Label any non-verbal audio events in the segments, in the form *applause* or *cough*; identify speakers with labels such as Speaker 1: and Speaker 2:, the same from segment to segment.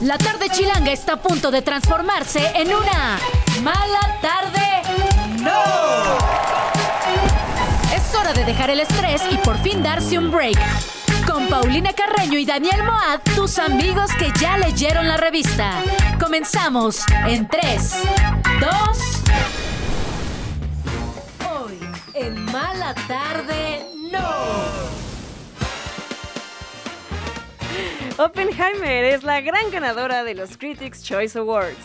Speaker 1: La tarde chilanga está a punto de transformarse en una mala tarde. ¡No! Es hora de dejar el estrés y por fin darse un break. Con Paulina Carreño y Daniel Moad, tus amigos que ya leyeron la revista. Comenzamos en 3, 2. Hoy en Mala Tarde, no.
Speaker 2: Oppenheimer es la gran ganadora de los Critics Choice Awards.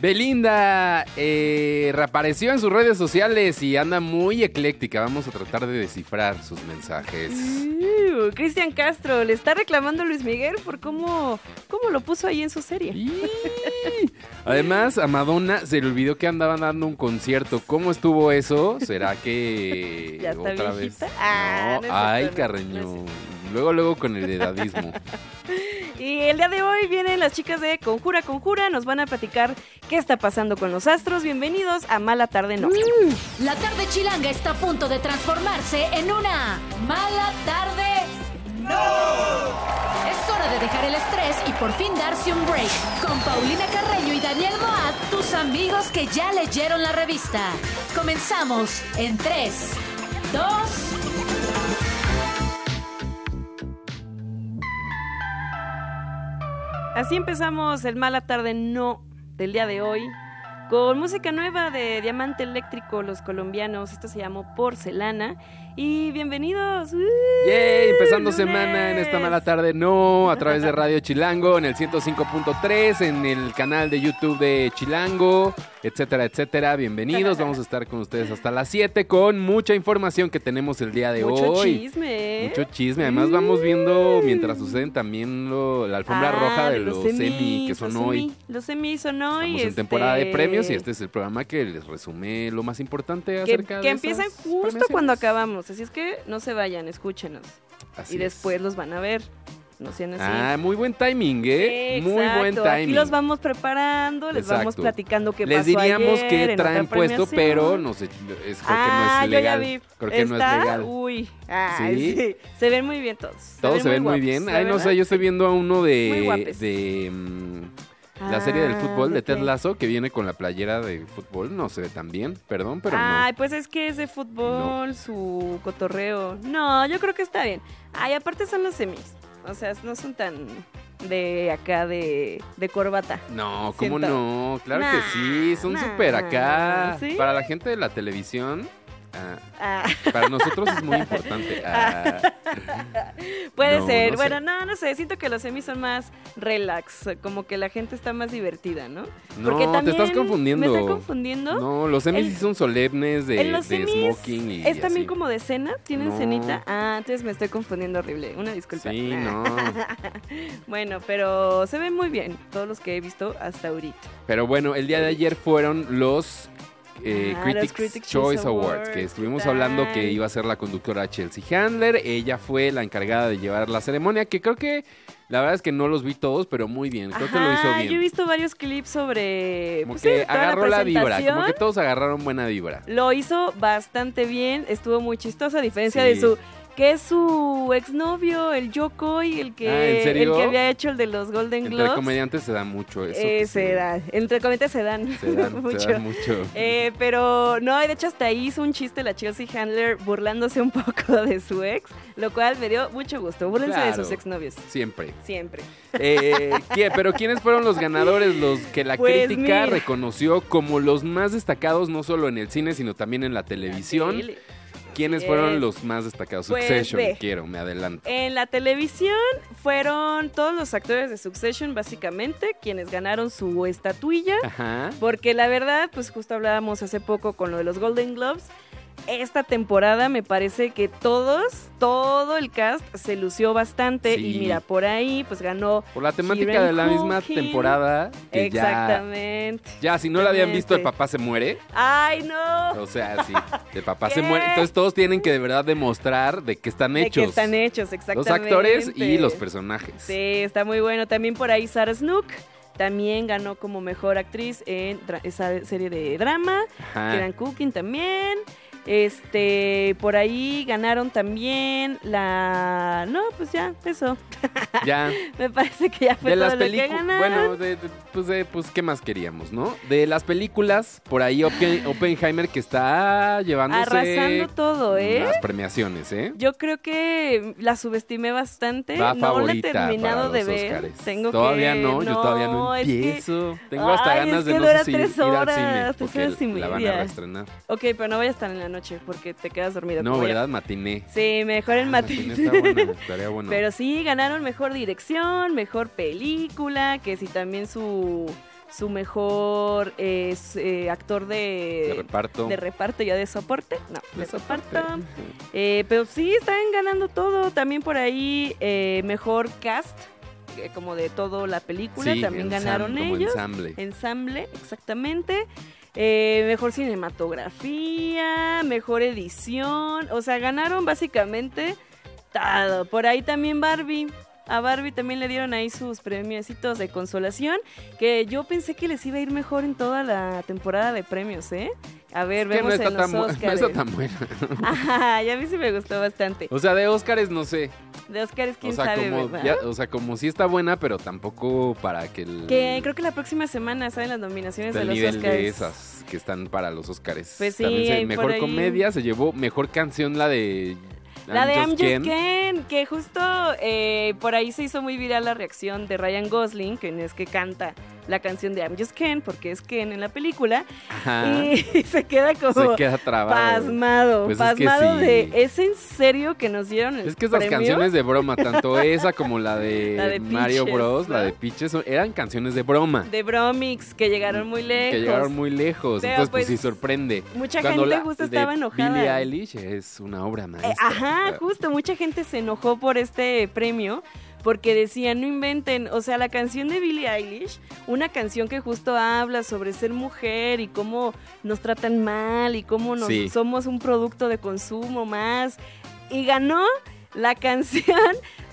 Speaker 3: Belinda eh, reapareció en sus redes sociales y anda muy ecléctica. Vamos a tratar de descifrar sus mensajes.
Speaker 2: Uh, Cristian Castro le está reclamando a Luis Miguel por cómo, cómo lo puso ahí en su serie.
Speaker 3: Y- Además, a Madonna se le olvidó que andaban dando un concierto. ¿Cómo estuvo eso? ¿Será que
Speaker 2: *laughs* ¿Ya está
Speaker 3: otra
Speaker 2: viejita?
Speaker 3: vez?
Speaker 2: Ah,
Speaker 3: no.
Speaker 2: no es
Speaker 3: Ay,
Speaker 2: cierto, no,
Speaker 3: Carreño.
Speaker 2: no es
Speaker 3: Luego, luego con el edadismo.
Speaker 2: Y el día de hoy vienen las chicas de Conjura Conjura, nos van a platicar qué está pasando con los astros. Bienvenidos a Mala Tarde No.
Speaker 1: La tarde chilanga está a punto de transformarse en una mala tarde. ¡No! Es hora de dejar el estrés y por fin darse un break. Con Paulina Carreño y Daniel Moat, tus amigos que ya leyeron la revista. Comenzamos en 3, 2,
Speaker 2: Así empezamos el Mala Tarde No del día de hoy con música nueva de Diamante Eléctrico, los colombianos. Esto se llamó Porcelana. Y bienvenidos. ¡Uh!
Speaker 3: Yay, empezando
Speaker 2: Lunes.
Speaker 3: semana en esta mala tarde, no, a través de Radio Chilango, en el 105.3, en el canal de YouTube de Chilango, etcétera, etcétera. Bienvenidos, vamos a estar con ustedes hasta las 7 con mucha información que tenemos el día de
Speaker 2: Mucho
Speaker 3: hoy.
Speaker 2: chisme. ¿eh?
Speaker 3: Mucho chisme, además vamos viendo mientras suceden también lo- la alfombra
Speaker 2: Ah,
Speaker 3: roja de los semi que
Speaker 2: Emmys,
Speaker 3: son
Speaker 2: los
Speaker 3: hoy.
Speaker 2: Emmy, Los semi son hoy.
Speaker 3: Estamos en
Speaker 2: este,
Speaker 3: temporada de premios y este es el programa que les resume lo más importante
Speaker 2: Que,
Speaker 3: acerca de
Speaker 2: que empiezan
Speaker 3: esas
Speaker 2: justo cuando
Speaker 3: premiaciones.
Speaker 2: acabamos. Así es que no se vayan, escúchenos.
Speaker 3: Así
Speaker 2: y
Speaker 3: es.
Speaker 2: después los van a ver. No sean así.
Speaker 3: Ah, muy buen timing, ¿eh?
Speaker 2: Sí,
Speaker 3: muy buen
Speaker 2: exacto,
Speaker 3: timing.
Speaker 2: Aquí los vamos preparando, les vamos
Speaker 3: Exacto.
Speaker 2: platicando qué
Speaker 3: Les
Speaker 2: pasó
Speaker 3: diríamos
Speaker 2: ayer
Speaker 3: que
Speaker 2: en otra
Speaker 3: traen puesto,
Speaker 2: premiación.
Speaker 3: pero no sé, es, creo
Speaker 2: ah,
Speaker 3: que no es legal.
Speaker 2: yo ya vi.
Speaker 3: Creo que no es
Speaker 2: Está-
Speaker 3: legal.
Speaker 2: Uy, ay,
Speaker 3: Sí.
Speaker 2: sí. Se ven muy bien todos.
Speaker 3: Todos se ven muy
Speaker 2: guapos,
Speaker 3: bien.
Speaker 2: la
Speaker 3: Ay, no
Speaker 2: verdad.
Speaker 3: sé, yo estoy viendo a uno
Speaker 2: Muy
Speaker 3: de,
Speaker 2: guapes.
Speaker 3: de mm, la serie del
Speaker 2: Ah,
Speaker 3: fútbol de
Speaker 2: ¿de
Speaker 3: Ted
Speaker 2: qué?
Speaker 3: Lasso que viene con la playera de fútbol. No se ve tan bien, perdón, pero
Speaker 2: Ay, pues es que ese fútbol, su cotorreo. No, yo creo que está bien. Ay, aparte son los semis. O sea, no son tan de acá de, de corbata.
Speaker 3: no. No, ¿cómo
Speaker 2: siento.
Speaker 3: no? Claro que
Speaker 2: Nah,
Speaker 3: sí, son
Speaker 2: nah,
Speaker 3: súper acá.
Speaker 2: ¿sí?
Speaker 3: Para la gente de la televisión, ah,
Speaker 2: Ah, *laughs*
Speaker 3: para nosotros es muy importante. Ah,
Speaker 2: puede
Speaker 3: No,
Speaker 2: ser.
Speaker 3: no
Speaker 2: bueno,
Speaker 3: sé.
Speaker 2: no, no sé. Siento que los semis son más relax. Como que la gente está más divertida, ¿no?
Speaker 3: no, te estás confundiendo.
Speaker 2: ¿Me está confundiendo?
Speaker 3: No, los semis
Speaker 2: El-
Speaker 3: sí son solemnes de,
Speaker 2: en los
Speaker 3: de
Speaker 2: semis
Speaker 3: smoking y
Speaker 2: es también
Speaker 3: así.
Speaker 2: como de cena, tienen
Speaker 3: No.
Speaker 2: cenita. Ah, entonces me estoy confundiendo horrible. Una disculpa.
Speaker 3: Sí, no.
Speaker 2: *laughs* Bueno, pero se ven muy bien todos los que he visto hasta ahorita.
Speaker 3: Pero bueno, el día de ayer fueron los, eh,
Speaker 2: Ah, los
Speaker 3: Critics,
Speaker 2: Critics
Speaker 3: Choice
Speaker 2: Choice
Speaker 3: Awards,
Speaker 2: Awards,
Speaker 3: que
Speaker 2: ¿qué
Speaker 3: estuvimos
Speaker 2: tal?
Speaker 3: hablando que iba a ser la conductora Chelsea Handler. Ella fue la encargada de llevar la ceremonia, que creo que la verdad es que no los vi todos, pero muy bien. Creo que lo hizo
Speaker 2: Ajá,
Speaker 3: bien.
Speaker 2: Yo he visto varios clips sobre.
Speaker 3: Como
Speaker 2: pues,
Speaker 3: que
Speaker 2: sí, toda
Speaker 3: agarró la, vibra,
Speaker 2: presentación.
Speaker 3: como que todos agarraron buena vibra.
Speaker 2: Lo hizo bastante bien, estuvo muy chistoso, a diferencia
Speaker 3: Sí.
Speaker 2: de su. que es su exnovio, el Yoko y el que,
Speaker 3: Ah, ¿en serio?
Speaker 2: el que había hecho el de los Golden
Speaker 3: Entre
Speaker 2: Globes.
Speaker 3: comediantes se da mucho eso.
Speaker 2: Eh,
Speaker 3: que
Speaker 2: se da. Entre comediantes se dan.
Speaker 3: Se dan,
Speaker 2: *laughs* mucho.
Speaker 3: se dan mucho.
Speaker 2: Eh, pero no, y de hecho hasta ahí hizo un chiste la Chelsea Handler burlándose un *laughs* poco de su ex, lo cual me dio mucho gusto. Burlense de
Speaker 3: Claro.
Speaker 2: sus exnovios,
Speaker 3: Siempre.
Speaker 2: siempre.
Speaker 3: Eh, ¿quién- pero ¿quiénes fueron los ganadores? Los que la
Speaker 2: Pues,
Speaker 3: crítica
Speaker 2: mira.
Speaker 3: reconoció como los más destacados, no solo en el cine, sino también en la televisión.
Speaker 2: La tele.
Speaker 3: ¿Quiénes
Speaker 2: Así
Speaker 3: fueron
Speaker 2: es.
Speaker 3: los más destacados?
Speaker 2: Pues,
Speaker 3: Succession,
Speaker 2: ve.
Speaker 3: quiero, me adelanto.
Speaker 2: En la televisión fueron todos los actores de Succession, básicamente, quienes ganaron su estatuilla.
Speaker 3: Ajá.
Speaker 2: Porque la verdad, pues justo hablábamos hace poco con lo de los Golden Globes. Esta temporada me parece que todos, todo el cast se lució bastante.
Speaker 3: Sí.
Speaker 2: Y mira, por ahí, pues ganó.
Speaker 3: Por la temática
Speaker 2: Kieran
Speaker 3: de la misma
Speaker 2: Culkin.
Speaker 3: temporada. Que ya,
Speaker 2: Exactamente.
Speaker 3: ya, si no la habían visto, el
Speaker 2: Exactamente.
Speaker 3: papá se muere.
Speaker 2: Ay, no.
Speaker 3: O sea, sí, el papá se
Speaker 2: ¿Qué?
Speaker 3: muere. Entonces todos tienen que de verdad demostrar de qué están
Speaker 2: De que
Speaker 3: hechos.
Speaker 2: están hechos,
Speaker 3: los
Speaker 2: exactamente.
Speaker 3: actores y los personajes.
Speaker 2: Sí, está muy bueno. También por ahí Sarah Snook. También ganó como mejor actriz en dra- esa serie de drama.
Speaker 3: Ajá.
Speaker 2: Kieran Cooking también. Este, por ahí ganaron también la. No, pues ya, eso. *laughs*
Speaker 3: Ya.
Speaker 2: Me parece que ya fue
Speaker 3: De
Speaker 2: todo
Speaker 3: las
Speaker 2: Pues lo que
Speaker 3: películas.
Speaker 2: ganaron.
Speaker 3: Bueno, de- de- pues, de- pues, ¿qué más queríamos, no? De las películas, por ahí Oppen- Oppenheimer que está llevándose
Speaker 2: Arrasando todo, ¿eh?
Speaker 3: las premiaciones, ¿eh?
Speaker 2: Yo creo que la subestimé bastante.
Speaker 3: Va
Speaker 2: ¿Eh? no la he
Speaker 3: favorita
Speaker 2: terminado
Speaker 3: para los
Speaker 2: de ver.
Speaker 3: Óscares.
Speaker 2: Tengo
Speaker 3: todavía
Speaker 2: que-
Speaker 3: no, yo todavía no
Speaker 2: es que-
Speaker 3: empiezo. Tengo hasta
Speaker 2: Ay, es
Speaker 3: ganas de
Speaker 2: que
Speaker 3: no
Speaker 2: dura
Speaker 3: sé si
Speaker 2: tres
Speaker 3: ir al
Speaker 2: horas,
Speaker 3: cine
Speaker 2: tres horas
Speaker 3: porque
Speaker 2: y
Speaker 3: la van a
Speaker 2: media.
Speaker 3: reestrenar.
Speaker 2: Ok, pero no voy a estar en la noche porque te quedas dormido.
Speaker 3: No,
Speaker 2: como ya.
Speaker 3: ¿verdad? Ah, Matiné.
Speaker 2: Sí, mejor en
Speaker 3: Matiné
Speaker 2: matiné.
Speaker 3: está bueno, estaría
Speaker 2: *laughs*
Speaker 3: bueno.
Speaker 2: Pero sí, ganaron mejor dirección, mejor película, que si también su, su mejor eh, s- eh, actor
Speaker 3: de
Speaker 2: de,
Speaker 3: reparto.
Speaker 2: de reparto, ya de soporte. No, de,
Speaker 3: Esa
Speaker 2: soporte.
Speaker 3: parte.
Speaker 2: Eh, pero sí, están ganando todo. También por ahí, eh, mejor cast, eh, como de toda la película,
Speaker 3: Sí,
Speaker 2: también
Speaker 3: ensam-
Speaker 2: ganaron
Speaker 3: como
Speaker 2: ellos. Eh,
Speaker 3: ensamble.
Speaker 2: Ensamble, exactamente. Eh, mejor cinematografía, mejor edición. O sea, ganaron básicamente todo. Por ahí también Barbie. A Barbie también le dieron ahí sus premiositos de consolación. Que yo pensé que les iba a ir mejor en toda la temporada de premios, ¿eh? A ver,
Speaker 3: Que no
Speaker 2: vemos
Speaker 3: está,
Speaker 2: en los
Speaker 3: tan bu- *laughs* no
Speaker 2: Óscares.
Speaker 3: está tan buena.
Speaker 2: Ajá, y a mí sí me gustó bastante.
Speaker 3: O sea, de Óscares no sé.
Speaker 2: De Oscars,
Speaker 3: O
Speaker 2: quién
Speaker 3: sea,
Speaker 2: sabe,
Speaker 3: como,
Speaker 2: ¿verdad?
Speaker 3: ya- o sea, como sí está buena, pero tampoco para que el,
Speaker 2: Que creo que la próxima semana salen las nominaciones de
Speaker 3: del
Speaker 2: los
Speaker 3: nivel
Speaker 2: Oscars.
Speaker 3: de esas que están para los Óscares.
Speaker 2: Pues sí,
Speaker 3: También se,
Speaker 2: ahí por
Speaker 3: mejor
Speaker 2: ahí.
Speaker 3: comedia se llevó, mejor canción la de
Speaker 2: La
Speaker 3: I'm
Speaker 2: de I'm
Speaker 3: Just Ken.
Speaker 2: Just Ken, que justo eh, por ahí se hizo muy viral la reacción de Ryan Gosling, que es que canta la canción de I'm Just Ken, porque es Ken en la película,
Speaker 3: Ajá.
Speaker 2: y *laughs* se queda como
Speaker 3: *laughs*
Speaker 2: *laughs*
Speaker 3: se queda trabado.
Speaker 2: pasmado,
Speaker 3: Pues es que
Speaker 2: pasmado
Speaker 3: sí.
Speaker 2: de, ¿es en serio que nos dieron el
Speaker 3: Es que esas
Speaker 2: premio?"
Speaker 3: canciones de broma,
Speaker 2: *laughs*
Speaker 3: tanto esa como la de,
Speaker 2: La de
Speaker 3: Mario
Speaker 2: Pitches,
Speaker 3: Bros, la
Speaker 2: ¿no?
Speaker 3: de Pitches, son- eran canciones de broma.
Speaker 2: De Bromix, que llegaron muy lejos.
Speaker 3: Que llegaron muy lejos.
Speaker 2: Pero,
Speaker 3: entonces,
Speaker 2: pues,
Speaker 3: pues, sí sorprende.
Speaker 2: Mucha
Speaker 3: Cuando
Speaker 2: gente
Speaker 3: la
Speaker 2: justo
Speaker 3: de
Speaker 2: estaba enojada.
Speaker 3: Billie Eilish es una obra maestra.
Speaker 2: Eh,
Speaker 3: *laughs*
Speaker 2: ajá, justo, mucha gente se enojó por este premio porque decían, no inventen, o sea, la canción de Billie Eilish, una canción que justo habla sobre ser mujer y cómo nos tratan mal y cómo nos,
Speaker 3: Sí.
Speaker 2: somos un producto de consumo más. Y ganó la canción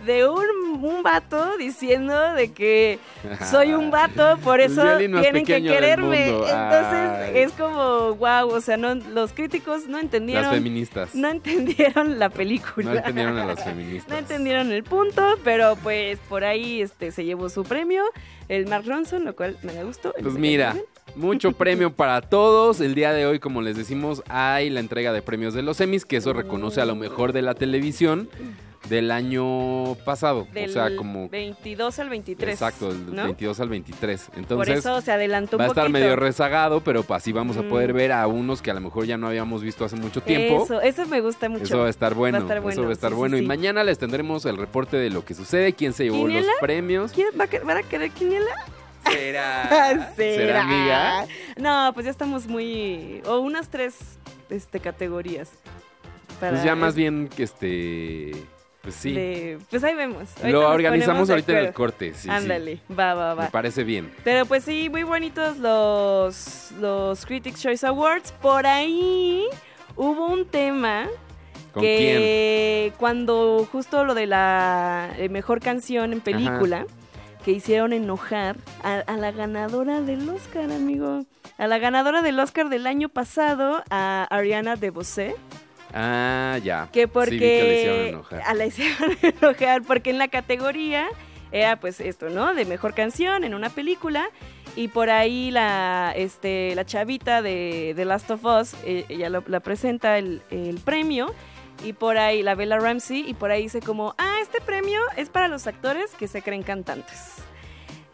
Speaker 2: de un, un vato diciendo de que soy un vato, por
Speaker 3: El
Speaker 2: eso
Speaker 3: violín más
Speaker 2: tienen que
Speaker 3: pequeño del
Speaker 2: quererme.
Speaker 3: mundo.
Speaker 2: Entonces
Speaker 3: Ay.
Speaker 2: es como, wow, o sea, no, los críticos no
Speaker 3: Las
Speaker 2: entendieron
Speaker 3: feministas.
Speaker 2: no entendieron la película.
Speaker 3: No entendieron a las
Speaker 2: *laughs*
Speaker 3: feministas.
Speaker 2: No entendieron el punto, pero pues por ahí este se llevó su premio, el Mark Ronson, lo cual me da gusto.
Speaker 3: Pues mira, mucho premio para todos. El día de hoy, como les decimos, hay la entrega de premios de los Emmys, que eso reconoce a lo mejor de la televisión del año pasado.
Speaker 2: Del
Speaker 3: o sea, como...
Speaker 2: 22 al 23.
Speaker 3: exacto, del
Speaker 2: ¿no?
Speaker 3: 22 al 23.
Speaker 2: Por
Speaker 3: Entonces...
Speaker 2: eso se adelantó
Speaker 3: Va a
Speaker 2: un poquito.
Speaker 3: estar medio rezagado, pero pues así vamos a
Speaker 2: Mm.
Speaker 3: poder ver a unos que a lo mejor ya no habíamos visto hace mucho tiempo.
Speaker 2: Eso, eso me gusta mucho.
Speaker 3: Eso va a estar bueno.
Speaker 2: estar
Speaker 3: Eso va
Speaker 2: bueno,
Speaker 3: a estar
Speaker 2: sí, sí,
Speaker 3: bueno. Y
Speaker 2: sí.
Speaker 3: mañana les tendremos el reporte de lo que sucede, quién se llevó
Speaker 2: ¿Quiniela?
Speaker 3: los premios.
Speaker 2: ¿Quién va a quer- ¿Van a querer quiniela? *laughs*
Speaker 3: ¿Será? Ah, ¿Será amiga?
Speaker 2: No, pues ya estamos muy o unas tres este categorías.
Speaker 3: Pues
Speaker 2: para-
Speaker 3: ya más bien que este. Pues sí.
Speaker 2: de- pues ahí vemos. Ahorita
Speaker 3: lo
Speaker 2: nos ponemos
Speaker 3: organizamos
Speaker 2: de
Speaker 3: ahorita en el
Speaker 2: acuerdo.
Speaker 3: corte. Sí, sí.
Speaker 2: Ándale, va, va,
Speaker 3: Me
Speaker 2: va.
Speaker 3: parece bien.
Speaker 2: Pero pues sí, muy bonitos los, los Critics Choice Awards. Por ahí hubo un tema
Speaker 3: ¿Con quién?
Speaker 2: que cuando justo lo de la eh, mejor canción en película, que hicieron enojar a, a la ganadora del Oscar, amigo. A la ganadora del Oscar del año pasado, a Ariana DeBose
Speaker 3: Ah, ya.
Speaker 2: que
Speaker 3: Sí,
Speaker 2: porque Ah,
Speaker 3: vi que le hicieron enojar.
Speaker 2: a la hicieron *laughs* enojar porque en la categoría era pues esto, ¿no? De mejor canción en una película y por ahí la este la chavita de The Last of Us eh, ella lo- la presenta el, el premio y por ahí la Bella Ramsey y por ahí dice como, "Ah, este premio es para los actores que se creen cantantes."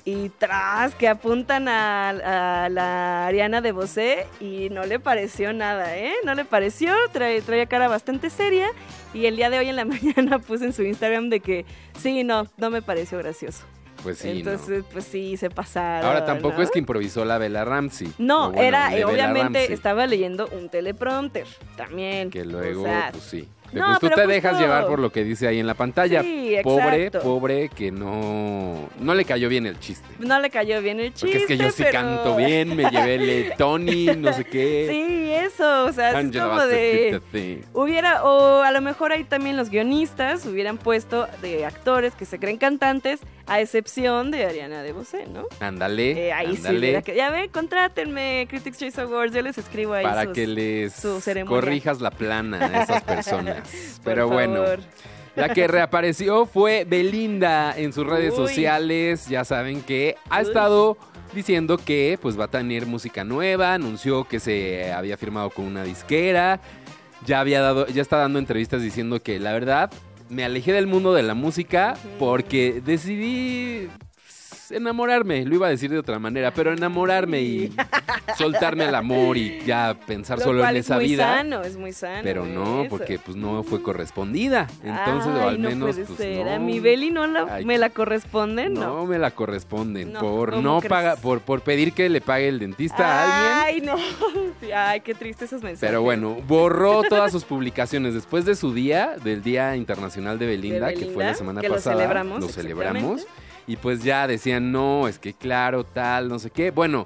Speaker 2: Y tras que apuntan a, a la Ariana de Bosé y no le pareció nada, ¿eh? No le pareció, trae, traía cara bastante seria y el día de hoy en la *laughs* mañana puse en su Instagram de que sí, no, no me pareció gracioso.
Speaker 3: Pues sí. ¿no?
Speaker 2: Entonces, pues sí, se pasaron.
Speaker 3: Ahora tampoco
Speaker 2: ¿no?
Speaker 3: es que improvisó la Bella Ramsey.
Speaker 2: No,
Speaker 3: O bueno,
Speaker 2: era,
Speaker 3: de Bella
Speaker 2: obviamente
Speaker 3: Ramsey,
Speaker 2: estaba leyendo un teleprompter también.
Speaker 3: Que luego,
Speaker 2: O sea,
Speaker 3: pues sí. Te
Speaker 2: No,
Speaker 3: gust- tú
Speaker 2: pero
Speaker 3: te
Speaker 2: justo-
Speaker 3: dejas llevar por lo que dice ahí en la pantalla.
Speaker 2: Sí,
Speaker 3: pobre,
Speaker 2: exacto.
Speaker 3: pobre que no no le cayó bien el chiste.
Speaker 2: No le cayó bien el chiste.
Speaker 3: pues, Porque es que yo sí
Speaker 2: pero-
Speaker 3: canto bien, me llevé el Tony, no sé qué.
Speaker 2: *laughs* Sí, eso, o sea, es
Speaker 3: Angela
Speaker 2: como
Speaker 3: Bassett,
Speaker 2: de...
Speaker 3: sí.
Speaker 2: Hubiera, o a lo mejor ahí también los guionistas hubieran puesto de actores que se creen cantantes, a excepción de Ariana de Bosé, ¿no?
Speaker 3: Ándale,
Speaker 2: Eh, ahí sí,
Speaker 3: ándale,
Speaker 2: hubiera que- ya ve, contrátenme, Critics Choice Awards, yo les escribo ahí
Speaker 3: para
Speaker 2: sus-
Speaker 3: que les
Speaker 2: su ceremonia.
Speaker 3: corrijas la plana
Speaker 2: *laughs*
Speaker 3: a esas personas.
Speaker 2: por
Speaker 3: Pero bueno,
Speaker 2: favor.
Speaker 3: la que reapareció fue Belinda en sus redes
Speaker 2: Uy.
Speaker 3: sociales. Ya saben que ha
Speaker 2: Uy.
Speaker 3: estado diciendo que pues va a tener música nueva, anunció que se había firmado con una disquera. Ya había dado ya está dando entrevistas diciendo que la verdad me alejé del mundo de la música
Speaker 2: Ujú.
Speaker 3: porque decidí pues, enamorarme, lo iba a decir de otra manera, pero enamorarme y
Speaker 2: *laughs*
Speaker 3: soltarme al amor y ya pensar
Speaker 2: Lo
Speaker 3: solo
Speaker 2: cual
Speaker 3: en
Speaker 2: es
Speaker 3: esa
Speaker 2: muy
Speaker 3: vida.
Speaker 2: sano, es muy sano.
Speaker 3: Pero no,
Speaker 2: eso.
Speaker 3: porque pues no fue correspondida. Entonces, o
Speaker 2: Ay,
Speaker 3: al menos,
Speaker 2: no puede
Speaker 3: pues,
Speaker 2: ser. A
Speaker 3: no.
Speaker 2: mi Beli no la-
Speaker 3: Ay,
Speaker 2: me la corresponden,
Speaker 3: no.
Speaker 2: ¿no?
Speaker 3: me la corresponden.
Speaker 2: No,
Speaker 3: por
Speaker 2: ¿cómo
Speaker 3: no
Speaker 2: crees?
Speaker 3: paga, por, por pedir que le pague el dentista a alguien.
Speaker 2: Ay, no. *laughs* Sí, Ay, qué triste esos mensajes.
Speaker 3: Pero bueno, borró todas sus publicaciones después de su día, del Día Internacional de Belinda,
Speaker 2: De
Speaker 3: que fue la
Speaker 2: Belinda,
Speaker 3: semana
Speaker 2: que lo
Speaker 3: pasada.
Speaker 2: celebramos,
Speaker 3: Lo
Speaker 2: exactamente.
Speaker 3: celebramos. Y pues ya decían, no, es que claro, tal, no sé qué. Bueno,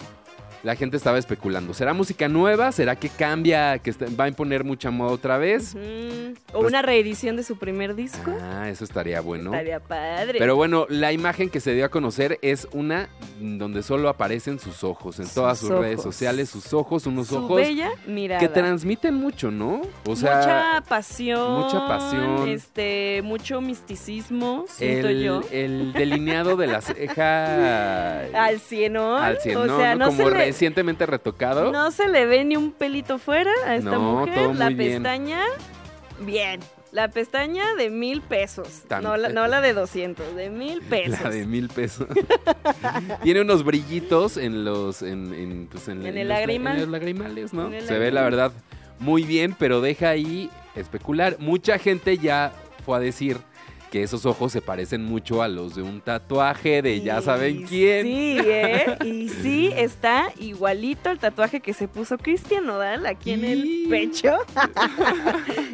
Speaker 3: la gente estaba especulando. ¿Será música nueva? ¿Será que cambia? ¿Que está- va a imponer mucha moda otra vez?
Speaker 2: Ujú. O
Speaker 3: Pues-
Speaker 2: una reedición de su primer disco.
Speaker 3: Ah, eso estaría bueno.
Speaker 2: Estaría padre.
Speaker 3: Pero bueno, la imagen que se dio a conocer es una donde solo aparecen sus ojos, en
Speaker 2: Sus
Speaker 3: todas sus redes
Speaker 2: ojos.
Speaker 3: sociales, sus ojos, unos
Speaker 2: su
Speaker 3: ojos
Speaker 2: bella mirada.
Speaker 3: que transmiten mucho, ¿no? O sea,
Speaker 2: mucha pasión.
Speaker 3: mucha pasión.
Speaker 2: Este, mucho misticismo, siento yo.
Speaker 3: el, el delineado de la ceja
Speaker 2: *laughs* Al cienón.
Speaker 3: al cien,
Speaker 2: o
Speaker 3: ¿no?
Speaker 2: sea,
Speaker 3: ¿no?
Speaker 2: no, se
Speaker 3: como
Speaker 2: le-
Speaker 3: recientemente retocado.
Speaker 2: No se le ve ni un pelito fuera a esta
Speaker 3: No,
Speaker 2: mujer.
Speaker 3: todo
Speaker 2: la
Speaker 3: muy bien.
Speaker 2: pestaña, bien. La pestaña de mil pesos.
Speaker 3: Tan-
Speaker 2: No la, no la de 200, de mil pesos.
Speaker 3: *laughs* La de mil pesos. *laughs* Tiene unos brillitos en los. En, en, pues, en-
Speaker 2: En
Speaker 3: en
Speaker 2: el
Speaker 3: los-
Speaker 2: lagrimal.
Speaker 3: en los lagrimales, ¿no?
Speaker 2: En el
Speaker 3: Se ve, la
Speaker 2: lagrimal.
Speaker 3: verdad, muy bien, pero deja ahí especular. Mucha gente ya fue a decir que esos ojos se parecen mucho a los de un tatuaje de ya
Speaker 2: Y
Speaker 3: saben quién.
Speaker 2: Sí, ¿eh? Y sí, está igualito el tatuaje que se puso Cristian Nodal aquí en
Speaker 3: Y-
Speaker 2: el pecho. *laughs*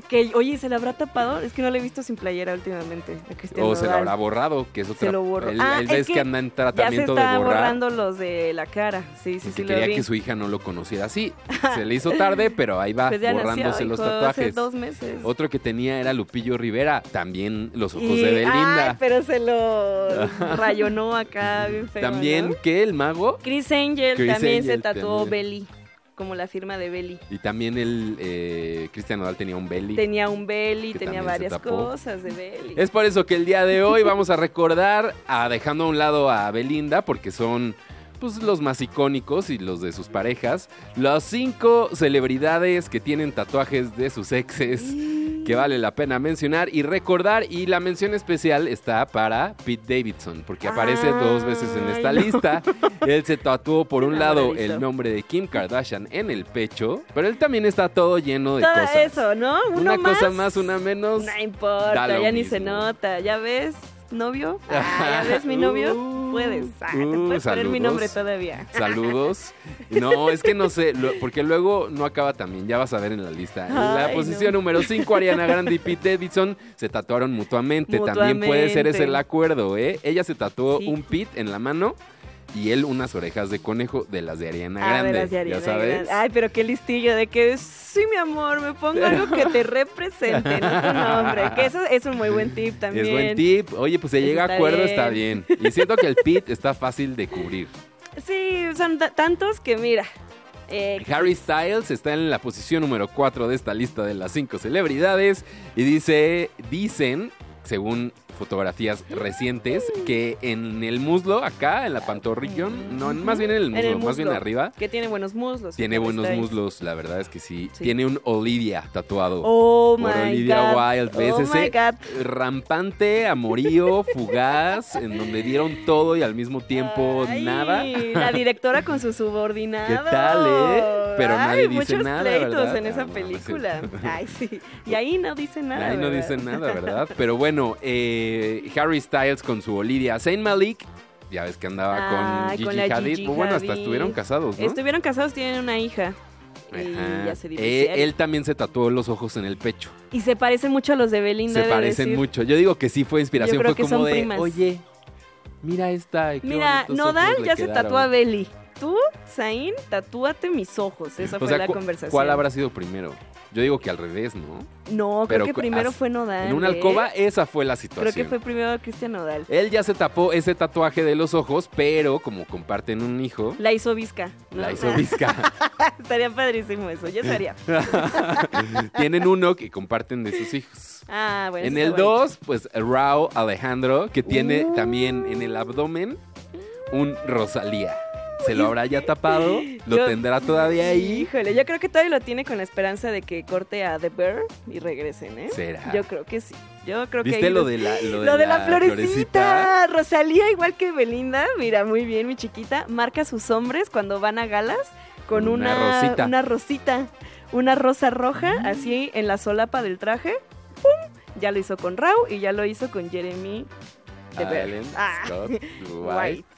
Speaker 2: que, oye, ¿se lo habrá tapado? Es que no lo he visto sin playera últimamente a Cristian
Speaker 3: O
Speaker 2: Nodal.
Speaker 3: se lo habrá borrado, que es otra.
Speaker 2: lo borró.
Speaker 3: Él,
Speaker 2: Ah,
Speaker 3: él
Speaker 2: es
Speaker 3: ves que,
Speaker 2: que
Speaker 3: anda en
Speaker 2: Ya se
Speaker 3: tratamiento
Speaker 2: está
Speaker 3: de borrar.
Speaker 2: borrando los de la cara. Sí, sí,
Speaker 3: porque
Speaker 2: sí, lo
Speaker 3: quería
Speaker 2: vi.
Speaker 3: que su hija no lo
Speaker 2: *laughs*
Speaker 3: conociera así. Se le hizo tarde, pero ahí va
Speaker 2: Pues ya nació,
Speaker 3: borrándose los
Speaker 2: hijo, hace
Speaker 3: tatuajes.
Speaker 2: dos meses.
Speaker 3: Otro que tenía era Lupillo Rivera, también los ojos
Speaker 2: Y-
Speaker 3: de
Speaker 2: ay,
Speaker 3: Belinda.
Speaker 2: pero se
Speaker 3: *laughs*
Speaker 2: lo rayonó acá bien feo,
Speaker 3: también
Speaker 2: ¿no?
Speaker 3: que el mago
Speaker 2: Chris Angel
Speaker 3: Chris
Speaker 2: también se
Speaker 3: Angel
Speaker 2: tatuó
Speaker 3: también.
Speaker 2: Belly, como la firma de Belly.
Speaker 3: y también el eh, Cristian Nodal tenía un belly.
Speaker 2: Tenía un Belly,
Speaker 3: Que
Speaker 2: tenía
Speaker 3: también se
Speaker 2: varias
Speaker 3: tapó.
Speaker 2: cosas de Belly.
Speaker 3: Es por eso que el día de hoy vamos a recordar a dejando a un lado a Belinda porque son pues los más icónicos y los de sus parejas, las cinco celebridades que tienen tatuajes de sus exes que vale la pena mencionar y recordar y la mención especial está para Pete Davidson porque aparece
Speaker 2: Ay,
Speaker 3: dos veces en esta
Speaker 2: no.
Speaker 3: lista.
Speaker 2: *laughs*
Speaker 3: Él se tatuó por un lado
Speaker 2: Enamoradizo.
Speaker 3: el nombre de Kim Kardashian en el pecho, pero él también está todo lleno de
Speaker 2: Todo
Speaker 3: cosas.
Speaker 2: eso, ¿no? Uno
Speaker 3: una
Speaker 2: más.
Speaker 3: cosa más, una menos.
Speaker 2: No
Speaker 3: da
Speaker 2: importa,
Speaker 3: lo
Speaker 2: ya ni se
Speaker 3: mismo.
Speaker 2: nota. ¿Ya ves,
Speaker 3: *laughs*
Speaker 2: novio? Ah, ¿Ya ves mi novio?
Speaker 3: Uh,
Speaker 2: puedes. Ah, te
Speaker 3: uh,
Speaker 2: puedes poner mi
Speaker 3: saludos.
Speaker 2: nombre todavía.
Speaker 3: Saludos. No, es que no sé, lo- porque luego no acaba también, ya vas a ver en la lista. En la
Speaker 2: Ay,
Speaker 3: posición
Speaker 2: no.
Speaker 3: número 5, Ariana Grande y Pete Davidson se tatuaron mutuamente. También puede ser ese el
Speaker 2: Mutuamente.
Speaker 3: acuerdo, ¿eh? Ella se tatuó
Speaker 2: Sí.
Speaker 3: un Pete en la mano y él unas orejas de conejo de las de Ariana
Speaker 2: Ah, de
Speaker 3: Grande.
Speaker 2: las de Ariana
Speaker 3: ya sabes.
Speaker 2: Grande. Ay, pero qué listillo de que sí, mi amor, me pongo algo que te represente, no tu nombre. Que eso es un muy buen tip también.
Speaker 3: Es buen tip. Oye, pues se
Speaker 2: Eso
Speaker 3: llega a
Speaker 2: está
Speaker 3: acuerdo,
Speaker 2: bien.
Speaker 3: está bien. Y siento que el Pete está fácil de cubrir.
Speaker 2: Sí, son ta- tantos que mira. eh,
Speaker 3: Harry Styles está en la posición número 4 de esta lista de las 5 celebridades y dice, dicen, según fotografías recientes, que en el muslo, acá, en la pantorrillón, no, más bien en el
Speaker 2: En
Speaker 3: muslo,
Speaker 2: el
Speaker 3: más bien
Speaker 2: muslo.
Speaker 3: arriba,
Speaker 2: que tiene buenos muslos.
Speaker 3: tiene
Speaker 2: Harry
Speaker 3: buenos
Speaker 2: Styles.
Speaker 3: muslos, la verdad es que sí.
Speaker 2: Sí.
Speaker 3: Tiene un Olivia tatuado.
Speaker 2: Oh my
Speaker 3: por Olivia
Speaker 2: God.
Speaker 3: Wilde, ¿ves
Speaker 2: Oh
Speaker 3: ese?
Speaker 2: my God.
Speaker 3: Rampante, amorío, fugaz, en donde dieron todo y al mismo tiempo
Speaker 2: Ay,
Speaker 3: nada.
Speaker 2: La
Speaker 3: *laughs*
Speaker 2: directora con su subordinado.
Speaker 3: ¿Qué tal, eh? Pero
Speaker 2: Ay,
Speaker 3: nadie dice
Speaker 2: muchos
Speaker 3: nada,
Speaker 2: pleitos
Speaker 3: ¿verdad?
Speaker 2: en
Speaker 3: Ah,
Speaker 2: esa
Speaker 3: no, no es
Speaker 2: película. Ay, sí. Y ahí no dice nada.
Speaker 3: Ahí no
Speaker 2: ¿verdad?
Speaker 3: dicen
Speaker 2: *laughs*
Speaker 3: nada, ¿verdad? Pero bueno, eh, Harry Styles con su Olivia Saint Malik, ya ves que andaba
Speaker 2: Ah,
Speaker 3: con Gigi
Speaker 2: con la
Speaker 3: Hadid. Pues
Speaker 2: Gigi
Speaker 3: bueno, hasta
Speaker 2: Hadid.
Speaker 3: estuvieron casados, ¿no?
Speaker 2: Estuvieron casados, tienen una hija. y
Speaker 3: Ajá.
Speaker 2: ya se
Speaker 3: Eh,
Speaker 2: divorciaron.
Speaker 3: él también se tatuó los ojos en el pecho.
Speaker 2: Y se parecen mucho a los de Belinda.
Speaker 3: se
Speaker 2: he de
Speaker 3: parecen
Speaker 2: decir.
Speaker 3: mucho. Yo digo que sí fue inspiración.
Speaker 2: Yo creo
Speaker 3: fue
Speaker 2: que
Speaker 3: como
Speaker 2: son
Speaker 3: de,
Speaker 2: primas.
Speaker 3: oye, mira esta. qué
Speaker 2: Mira,
Speaker 3: bonitos
Speaker 2: Nodal
Speaker 3: ojos le
Speaker 2: ya se
Speaker 3: quedaron".
Speaker 2: tatuó a Beli. Tú, Zain, tatúate mis ojos. Esa
Speaker 3: O
Speaker 2: fue
Speaker 3: sea,
Speaker 2: la
Speaker 3: cu-
Speaker 2: conversación.
Speaker 3: ¿Cuál habrá sido primero? Yo digo que al revés, ¿no?
Speaker 2: No, creo
Speaker 3: Pero
Speaker 2: que
Speaker 3: cu-
Speaker 2: primero
Speaker 3: as-
Speaker 2: fue Nodal.
Speaker 3: en una
Speaker 2: ¿eh?
Speaker 3: alcoba, esa fue la situación.
Speaker 2: Creo que fue primero Cristian Nodal.
Speaker 3: Él ya se tapó ese tatuaje de los ojos, pero como comparten un hijo,
Speaker 2: La hizo Vizca. ¿no? *laughs*
Speaker 3: la hizo visca.
Speaker 2: Estaría padrísimo eso, yo estaría.
Speaker 3: Tienen uno que comparten de sus hijos.
Speaker 2: Ah, bueno.
Speaker 3: en
Speaker 2: eso
Speaker 3: el
Speaker 2: está bonito.
Speaker 3: 2, pues Rao Alejandro, que tiene
Speaker 2: Uh.
Speaker 3: también en el abdomen un Rosalía. Se lo habrá ya tapado, lo
Speaker 2: Yo-
Speaker 3: tendrá todavía ahí.
Speaker 2: Híjole, yo creo que todavía lo tiene con la esperanza de que corte a The Bear y regresen, ¿eh?
Speaker 3: ¿Será?
Speaker 2: Yo creo que sí. Yo creo que
Speaker 3: ¿Viste
Speaker 2: ahí
Speaker 3: lo
Speaker 2: los-
Speaker 3: de la, lo de
Speaker 2: Lo de la,
Speaker 3: la florecita?
Speaker 2: florecita. Rosalía, igual que Belinda, mira, muy bien, mi chiquita, marca sus hombres cuando van a galas con
Speaker 3: Una
Speaker 2: una,
Speaker 3: rosita. Mm.
Speaker 2: una rosita, una rosa roja, así en la solapa del traje. ¡Pum! Ya lo hizo con Rau y ya lo hizo con Jeremy de Bear.
Speaker 3: Allen
Speaker 2: Ah,
Speaker 3: Scott White.
Speaker 2: *laughs* White. *laughs*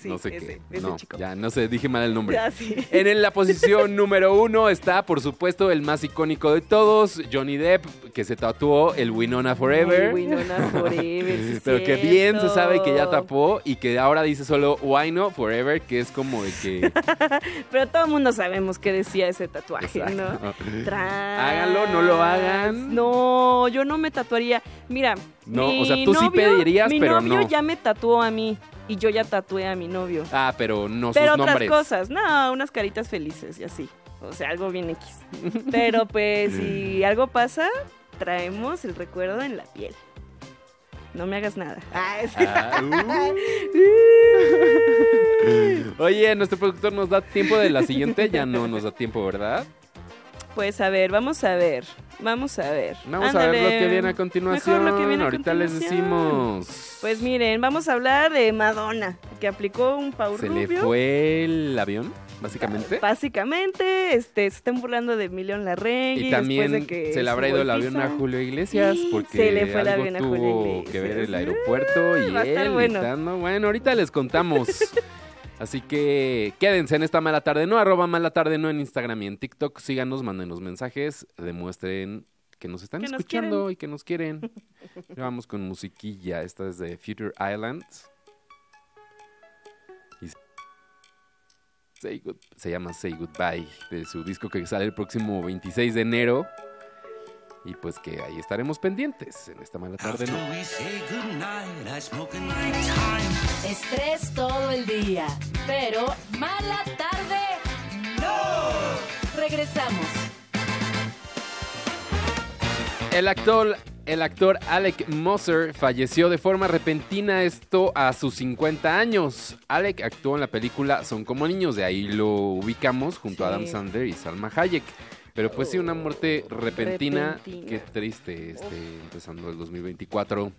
Speaker 2: Sí,
Speaker 3: no sé
Speaker 2: ese-
Speaker 3: qué.
Speaker 2: ese
Speaker 3: No,
Speaker 2: chico.
Speaker 3: ya Eh, no sé, dije mal el nombre.
Speaker 2: Ya, sí.
Speaker 3: En la
Speaker 2: *laughs*
Speaker 3: posición número uno está, por supuesto, el más icónico de todos, Johnny Depp, que se tatuó el Winona Forever.
Speaker 2: Ay, Winona Forever, sí es
Speaker 3: *laughs* Pero que bien se sabe que ya
Speaker 2: cierto.
Speaker 3: tapó y que ahora dice solo Wino Forever, que es como de
Speaker 2: *laughs*
Speaker 3: que.
Speaker 2: Pero todo el mundo sabemos qué decía ese tatuaje,
Speaker 3: *laughs*
Speaker 2: ¿no?
Speaker 3: Exacto.
Speaker 2: Tras.
Speaker 3: Háganlo, no lo hagan.
Speaker 2: No, yo no me tatuaría. Mira,
Speaker 3: No,
Speaker 2: mi
Speaker 3: o sea, tú sí
Speaker 2: novio-
Speaker 3: pedirías,
Speaker 2: mi
Speaker 3: pero
Speaker 2: novio
Speaker 3: no.
Speaker 2: ya me tatuó a mí y yo ya tatué a mi novio.
Speaker 3: Ah, pero no
Speaker 2: pero
Speaker 3: sus
Speaker 2: otras
Speaker 3: nombres.
Speaker 2: cosas, no, unas caritas felices y así. O sea, algo bien X. Pero pues
Speaker 3: *laughs*
Speaker 2: si algo pasa, traemos el recuerdo en la piel. No me hagas nada.
Speaker 3: *laughs*
Speaker 2: Ah, es-
Speaker 3: Ah, uh. Oye, nuestro productor nos da tiempo de la siguiente, ya no nos da tiempo, ¿verdad?
Speaker 2: Pues a ver, vamos a ver. Vamos a ver.
Speaker 3: Vamos a ver lo
Speaker 2: Ándale.
Speaker 3: que viene a continuación.
Speaker 2: Mejor lo que viene a
Speaker 3: Ahorita les
Speaker 2: continuación.
Speaker 3: decimos.
Speaker 2: Pues miren, vamos a hablar de Madonna, que aplicó un Paul
Speaker 3: Se
Speaker 2: Rubio.
Speaker 3: le fue el avión, básicamente.
Speaker 2: Básicamente, este, se están burlando de Emilion Larregui.
Speaker 3: Y también
Speaker 2: después de que
Speaker 3: se le habrá
Speaker 2: estuvo
Speaker 3: ido el avión
Speaker 2: piso.
Speaker 3: a Julio Iglesias
Speaker 2: Sí,
Speaker 3: porque
Speaker 2: se le fue el
Speaker 3: algo
Speaker 2: avión a
Speaker 3: tuvo
Speaker 2: Julio
Speaker 3: que ver
Speaker 2: Iglesias.
Speaker 3: el aeropuerto y
Speaker 2: va a estar
Speaker 3: él
Speaker 2: bueno.
Speaker 3: gritando. Bueno, ahorita les contamos.
Speaker 2: *laughs*
Speaker 3: Así que quédense en esta mala tarde no, arroba mala tarde no en Instagram y en TikTok. Síganos, mándenos mensajes, demuestren que nos están
Speaker 2: Que nos
Speaker 3: escuchando y que nos quieren. Ya Vamos con musiquilla, esta es de Future Islands. Say Good- se llama Say Goodbye, de su disco que sale el próximo 26 de enero. Y pues que ahí estaremos pendientes en esta mala tarde.
Speaker 4: After
Speaker 3: ¿no?
Speaker 4: we say goodnight, I smoke a night time.
Speaker 1: Estrés todo el día, pero mala tarde no. Regresamos.
Speaker 3: El actor, el actor Alec Moser falleció de forma repentina esto a sus 50 años. Alec actuó en la película Son como niños, de ahí lo ubicamos junto a
Speaker 2: Sí. Oh,
Speaker 3: Adam Sandler y Salma Hayek. Pero pues sí, una muerte repentina.
Speaker 2: Repentina.
Speaker 3: Qué triste, este, empezando el 2024.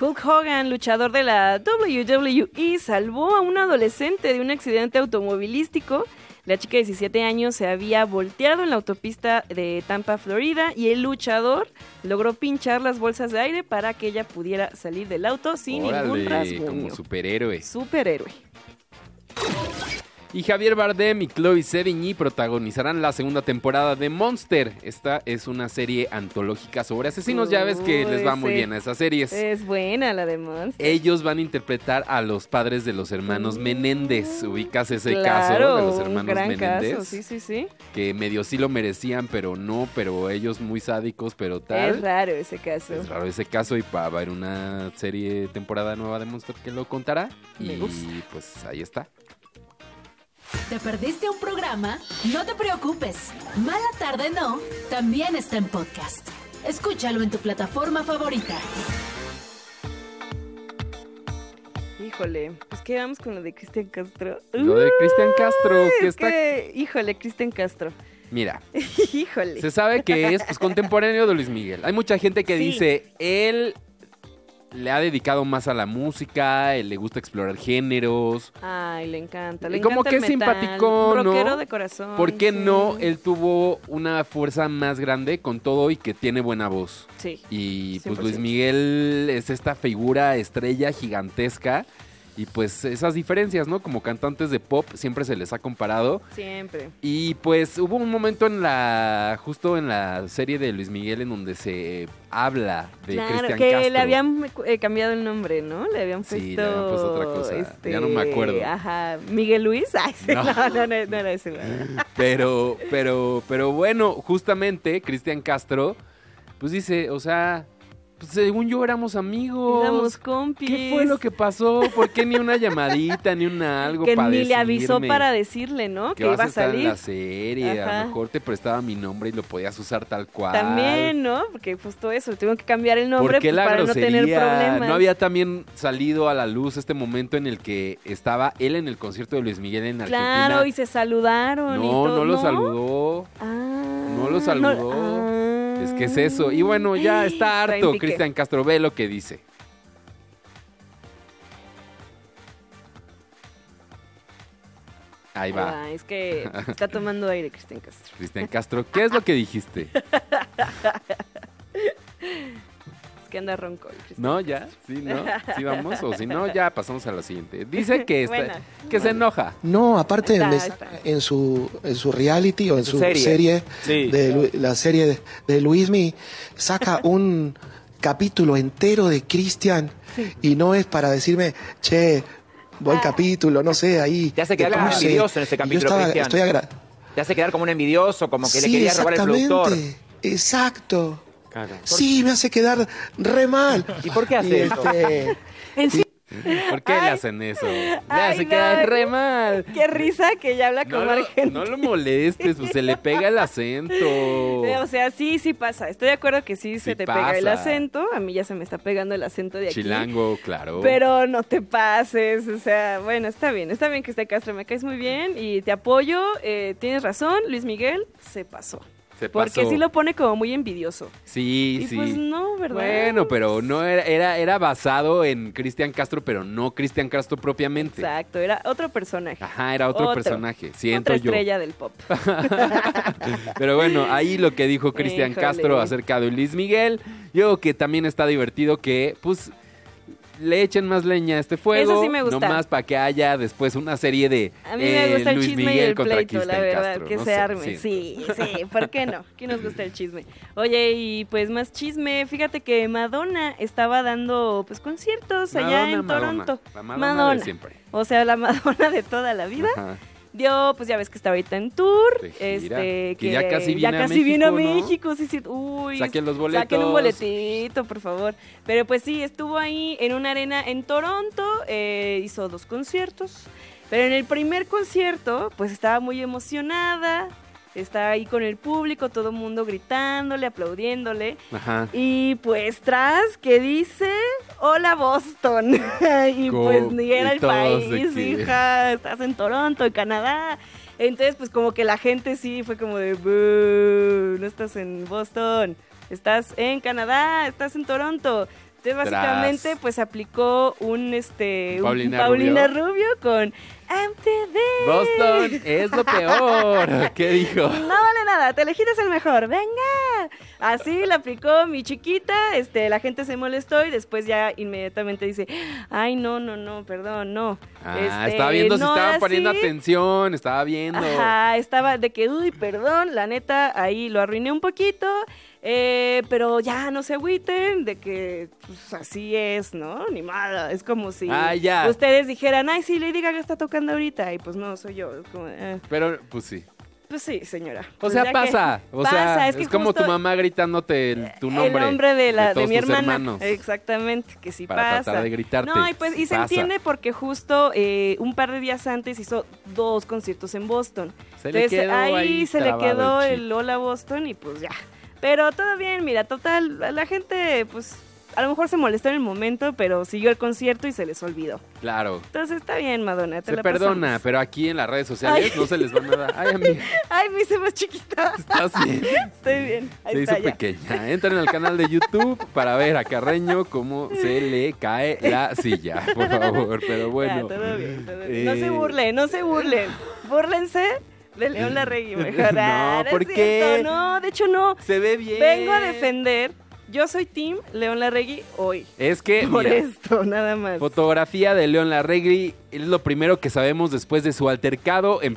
Speaker 2: Hulk Hogan, luchador de la WWE, salvó a un adolescente de un accidente automovilístico. La chica de 17 años se había volteado en la autopista de Tampa, Florida, y el luchador logró pinchar las bolsas de aire para que ella pudiera salir del auto sin ningún
Speaker 3: Órale, como
Speaker 2: rasguño.
Speaker 3: superhéroe.
Speaker 2: Superhéroe.
Speaker 3: Y Javier Bardem y Chloe Sevigny protagonizarán la segunda temporada de Monster. Esta es una serie antológica sobre asesinos. Ya ves que
Speaker 2: Uy,
Speaker 3: les va muy
Speaker 2: sí. Eh.
Speaker 3: bien a esas series.
Speaker 2: Es buena la de Monster.
Speaker 3: Ellos van a interpretar a los padres de los hermanos Menéndez. Ubicas ese caso de los
Speaker 2: Mm. un
Speaker 3: hermanos
Speaker 2: gran
Speaker 3: Menéndez.
Speaker 2: caso, sí, sí, sí.
Speaker 3: Que medio sí lo merecían, pero no, pero ellos muy sádicos, pero tal.
Speaker 2: Es raro ese caso.
Speaker 3: Es raro ese caso y va a haber una serie temporada nueva de Monster que lo contará.
Speaker 2: Me
Speaker 3: y
Speaker 2: gusta.
Speaker 3: pues ahí está.
Speaker 1: ¿Te perdiste un programa? No te preocupes. Mala tarde no también está en podcast. Escúchalo en tu plataforma favorita.
Speaker 2: Híjole, pues que vamos con lo de Cristian Castro.
Speaker 3: Lo de Cristian Castro,
Speaker 2: Uy,
Speaker 3: que
Speaker 2: es
Speaker 3: está-
Speaker 2: que, híjole, Cristian Castro. *laughs*
Speaker 3: Mira,
Speaker 2: Híjole.
Speaker 3: Se sabe que es pues, contemporáneo de Luis Miguel. Hay mucha gente que
Speaker 2: Sí.
Speaker 3: dice, él le ha dedicado más a la música, él le gusta explorar géneros.
Speaker 2: Ay, le encanta. Le
Speaker 3: Como
Speaker 2: encanta
Speaker 3: que
Speaker 2: el
Speaker 3: es
Speaker 2: metal,
Speaker 3: simpaticón, ¿no?
Speaker 2: rockero de corazón.
Speaker 3: ¿Por qué
Speaker 2: sí.
Speaker 3: no? Él tuvo una fuerza más grande con todo y que tiene buena voz.
Speaker 2: Sí.
Speaker 3: Y pues
Speaker 2: 100%.
Speaker 3: Luis Miguel es esta figura estrella gigantesca Y pues esas diferencias, ¿no? Como cantantes de pop siempre se les ha comparado.
Speaker 2: Siempre.
Speaker 3: Y pues hubo un momento en la. justo en la serie de Luis Miguel en donde se habla de
Speaker 2: Claro,
Speaker 3: Cristian
Speaker 2: que
Speaker 3: Castro.
Speaker 2: le habían eh, cambiado el nombre, ¿no? Le habían puesto. este,
Speaker 3: Sí, le habían puesto otra cosa. Ya no me acuerdo.
Speaker 2: Ajá. Miguel Luis. *laughs* Ay, sí,
Speaker 3: No.
Speaker 2: no, no, no, no era ese. güey.
Speaker 3: *laughs* Pero, pero, pero bueno, justamente Cristian Castro, pues dice, o sea, pues, según yo éramos amigos.
Speaker 2: Éramos compis.
Speaker 3: ¿Qué fue lo que pasó? ¿Por qué ni una llamadita, ni una algo
Speaker 2: Que
Speaker 3: para
Speaker 2: ni le avisó
Speaker 3: decirme
Speaker 2: para decirle, ¿no? Que,
Speaker 3: que vas
Speaker 2: iba a
Speaker 3: estar en
Speaker 2: salir.
Speaker 3: la serie? A
Speaker 2: Ajá.
Speaker 3: lo mejor te prestaba mi nombre y lo podías usar tal cual.
Speaker 2: También, ¿no? Porque justo eso, tuvieron que cambiar el nombre
Speaker 3: ¿Por qué
Speaker 2: pues,
Speaker 3: la
Speaker 2: para no
Speaker 3: grosería?
Speaker 2: tener problemas.
Speaker 3: no había también salido a la luz este momento en el que estaba él en el concierto de Luis Miguel en Argentina.
Speaker 2: Claro, y se saludaron. y
Speaker 3: no,
Speaker 2: todo.
Speaker 3: no lo saludó.
Speaker 2: Ah,
Speaker 3: No lo saludó.
Speaker 2: ah.
Speaker 3: Es que es eso. Y bueno, ya está
Speaker 2: Está en
Speaker 3: harto
Speaker 2: pique.
Speaker 3: Cristian Castro. Ve lo que dice. Ahí va.
Speaker 2: Ah, es que está tomando aire Cristian Castro.
Speaker 3: Cristian Castro, ¿qué es lo que dijiste?
Speaker 2: Es que anda ronco el Cristian.
Speaker 3: ¿No? ¿Ya? ¿Sí? ¿No? ¿Sí vamos? O si no, ya pasamos a la siguiente. Dice
Speaker 2: *laughs*
Speaker 3: que, está-
Speaker 2: Bueno.
Speaker 3: que se enoja.
Speaker 5: No, aparte
Speaker 2: Está,
Speaker 5: en,
Speaker 2: está.
Speaker 5: en su, en su reality o en su serie,
Speaker 6: Sí.
Speaker 5: de Lu- la serie de, de Luismi,
Speaker 2: *laughs*
Speaker 5: saca un capítulo entero de Cristian y no es para decirme, che,
Speaker 2: Ah.
Speaker 5: buen capítulo, no sé, ahí.
Speaker 6: Te hace
Speaker 5: de
Speaker 6: quedar como
Speaker 5: cruce.
Speaker 6: envidioso en ese
Speaker 5: Y yo
Speaker 6: capítulo,
Speaker 5: estaba-
Speaker 6: Cristian.
Speaker 5: Estoy agra-
Speaker 6: Te hace quedar como un envidioso, como que le
Speaker 5: Sí,
Speaker 6: quería robar el productor.
Speaker 5: exactamente, Exacto. Sí, me hace quedar re mal.
Speaker 6: ¿Y por qué hace eso?
Speaker 5: este,
Speaker 3: ¿Por qué le
Speaker 2: Ay.
Speaker 3: hacen eso? Ya
Speaker 2: Ay,
Speaker 3: se
Speaker 2: no.
Speaker 3: queda re mal.
Speaker 2: Qué risa que ya habla
Speaker 3: No
Speaker 2: como
Speaker 3: lo,
Speaker 2: argentino.
Speaker 3: no lo molestes, pues se le pega
Speaker 2: *laughs*
Speaker 3: el acento.
Speaker 2: Eh, O sea, sí, sí pasa. Estoy de acuerdo que sí se
Speaker 3: Sí
Speaker 2: te pega el
Speaker 3: pasa.
Speaker 2: acento. A mí ya se me está pegando el acento de aquí.
Speaker 3: Chilango, claro.
Speaker 2: Pero no te pases, o sea, bueno, está bien, está bien que esté Castro, me caes muy bien y te apoyo, eh, tienes razón, Luis Miguel se pasó,
Speaker 3: se
Speaker 2: porque
Speaker 3: pasó.
Speaker 2: sí lo pone como muy envidioso.
Speaker 3: Sí,
Speaker 2: Y
Speaker 3: sí.
Speaker 2: pues no, ¿verdad?
Speaker 3: Bueno, pues pero no era, era, era basado en Cristian Castro, pero no Cristian Castro propiamente.
Speaker 2: Exacto, era otro personaje.
Speaker 3: Ajá, era otro,
Speaker 2: Otro.
Speaker 3: personaje, siento
Speaker 2: otra
Speaker 3: yo.
Speaker 2: estrella del pop.
Speaker 3: Pero bueno, ahí lo que dijo Cristian
Speaker 2: Híjole.
Speaker 3: Castro acerca de Luis Miguel. Yo creo que también está divertido que, pues, le echen más leña a este fuego.
Speaker 2: Eso sí me gusta.
Speaker 3: Nomás para que haya después una serie de
Speaker 2: A
Speaker 3: *laughs*
Speaker 2: mí me
Speaker 3: eh,
Speaker 2: gusta el
Speaker 3: Luis
Speaker 2: chisme
Speaker 3: Miguel
Speaker 2: y el
Speaker 3: contra
Speaker 2: pleito, la
Speaker 3: Cristian
Speaker 2: verdad,
Speaker 3: Castro,
Speaker 2: que
Speaker 3: no
Speaker 2: se
Speaker 3: sé,
Speaker 2: arme. Sí, sí, ¿por qué no? ¿Quién nos gusta el chisme? Oye, y pues más chisme, fíjate que Madonna estaba dando pues conciertos allá en
Speaker 3: Madonna,
Speaker 2: Toronto.
Speaker 3: Madonna, La Madonna, de
Speaker 2: Madonna.
Speaker 3: siempre.
Speaker 2: O sea, la Madonna de toda la vida.
Speaker 3: Ajá.
Speaker 2: Dio, pues ya ves que está ahorita en tour.
Speaker 3: De gira.
Speaker 2: Este,
Speaker 3: Que ya casi viene a
Speaker 2: casi
Speaker 3: México,
Speaker 2: vino a
Speaker 3: ¿no?
Speaker 2: México, sí, sí. Uy,
Speaker 3: Saquen los boletos.
Speaker 2: Saquen un boletito, por favor. Pero pues sí, estuvo ahí en una arena en Toronto, eh, hizo dos conciertos. Pero en el primer concierto, pues estaba muy emocionada. Está ahí con el público, todo el mundo gritándole, aplaudiéndole.
Speaker 3: Ajá.
Speaker 2: Y pues tras que dice, hola Boston. *laughs* y
Speaker 3: Co-
Speaker 2: pues ni era
Speaker 3: y
Speaker 2: el
Speaker 3: todos
Speaker 2: país,
Speaker 3: de que-
Speaker 2: hija, estás en Toronto, en Canadá. Entonces pues como que la gente sí fue como de, "Boo, no estás en Boston, estás en Canadá, estás en Toronto. Entonces básicamente
Speaker 3: Tras.
Speaker 2: pues aplicó un este un
Speaker 3: Paulina
Speaker 2: Paulina
Speaker 3: Rubio.
Speaker 2: Rubio. con I'm the best".
Speaker 3: Boston es
Speaker 2: *laughs*
Speaker 3: lo peor. ¿Qué dijo?
Speaker 2: No vale nada, te elegiste el mejor, venga. Así la aplicó mi chiquita, este, la gente se molestó y después ya inmediatamente dice, ay, no, no, no, perdón, no.
Speaker 3: Ah,
Speaker 2: Este,
Speaker 3: estaba viendo si
Speaker 2: no
Speaker 3: estaban
Speaker 2: era
Speaker 3: poniendo
Speaker 2: así.
Speaker 3: atención, estaba viendo.
Speaker 2: Ajá, estaba de que, uy, perdón, la neta, ahí lo arruiné un poquito, eh, pero ya no se agüiten de que pues, así es, ¿no? Ni nada, es como si
Speaker 3: Ah, ya.
Speaker 2: ustedes dijeran, ay, sí, Lady Gaga está tocando ahorita, y pues no, soy yo. es como, eh,
Speaker 3: Pero, pues sí.
Speaker 2: pues sí, señora.
Speaker 3: O
Speaker 2: Pues
Speaker 3: sea,
Speaker 2: ya que-
Speaker 3: *laughs* pasa. O sea,
Speaker 2: Pasa,
Speaker 3: es,
Speaker 2: es que
Speaker 3: como tu
Speaker 2: justo-
Speaker 3: mamá gritándote el- tu nombre.
Speaker 2: El nombre de, la, de
Speaker 3: todos
Speaker 2: mi
Speaker 3: tus
Speaker 2: hermana.
Speaker 3: hermanos.
Speaker 2: Exactamente, que sí
Speaker 3: Para
Speaker 2: pasa.
Speaker 3: tratar de gritarte.
Speaker 2: No, y, pues, y se
Speaker 3: Pasa.
Speaker 2: entiende porque justo eh, un par de días antes hizo dos conciertos en Boston.
Speaker 3: Se le
Speaker 2: Entonces
Speaker 3: quedó
Speaker 2: ahí, se le
Speaker 3: trabado
Speaker 2: quedó
Speaker 3: chip.
Speaker 2: el, Hola Boston y pues ya. Pero todo bien, mira, total, la gente pues a lo mejor se molestó en el momento, pero siguió el concierto y se les olvidó.
Speaker 3: Claro.
Speaker 2: Entonces está bien, Madonna, te
Speaker 3: Se
Speaker 2: la
Speaker 3: perdona,
Speaker 2: pasamos.
Speaker 3: pero aquí en las redes sociales
Speaker 2: Ay.
Speaker 3: no se les va nada. Ay, *laughs* amiga,
Speaker 2: *laughs* Ay, me hice más chiquita. *laughs*
Speaker 3: estás bien.
Speaker 2: Estoy bien. Ahí
Speaker 3: Se hizo
Speaker 2: está ya.
Speaker 3: pequeña. Entren al canal de YouTube para ver a Carreño cómo se le cae la silla, por favor. Pero
Speaker 2: Ya,
Speaker 3: bueno.
Speaker 2: todo bien, todo bien. No
Speaker 3: eh,
Speaker 2: se burlen, no se burlen. Búrlense de León Larregui mejor.
Speaker 3: *laughs* No,
Speaker 2: Ah, es
Speaker 3: ¿por
Speaker 2: cierto,
Speaker 3: qué?
Speaker 2: No, de hecho no.
Speaker 3: Se ve bien.
Speaker 2: Vengo a defender Yo soy Tim León Larregui hoy.
Speaker 3: Es que,
Speaker 2: Por
Speaker 3: mira,
Speaker 2: esto, nada más.
Speaker 3: Fotografía de León Larregui es lo primero que sabemos después de su altercado en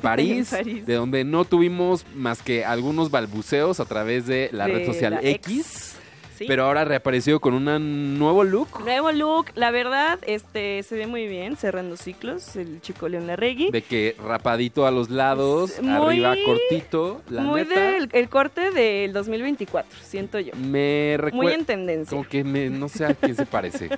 Speaker 2: *laughs*
Speaker 3: París,
Speaker 2: En París.
Speaker 3: de donde no tuvimos más que algunos balbuceos a través de la
Speaker 2: De
Speaker 3: red social
Speaker 2: la
Speaker 3: X,
Speaker 2: ex. Sí.
Speaker 3: pero ahora reapareció con un nuevo look.
Speaker 2: Nuevo look, la verdad, este se ve muy bien, cerrando ciclos, el chico León Larregui.
Speaker 3: De que rapadito a los lados,
Speaker 2: Es muy-
Speaker 3: arriba cortito, la
Speaker 2: muy
Speaker 3: neta,
Speaker 2: del el corte del 2024, siento yo.
Speaker 3: me
Speaker 2: Muy en
Speaker 3: recuerda
Speaker 2: tendencia.
Speaker 3: como que me- no sé a quién se parece.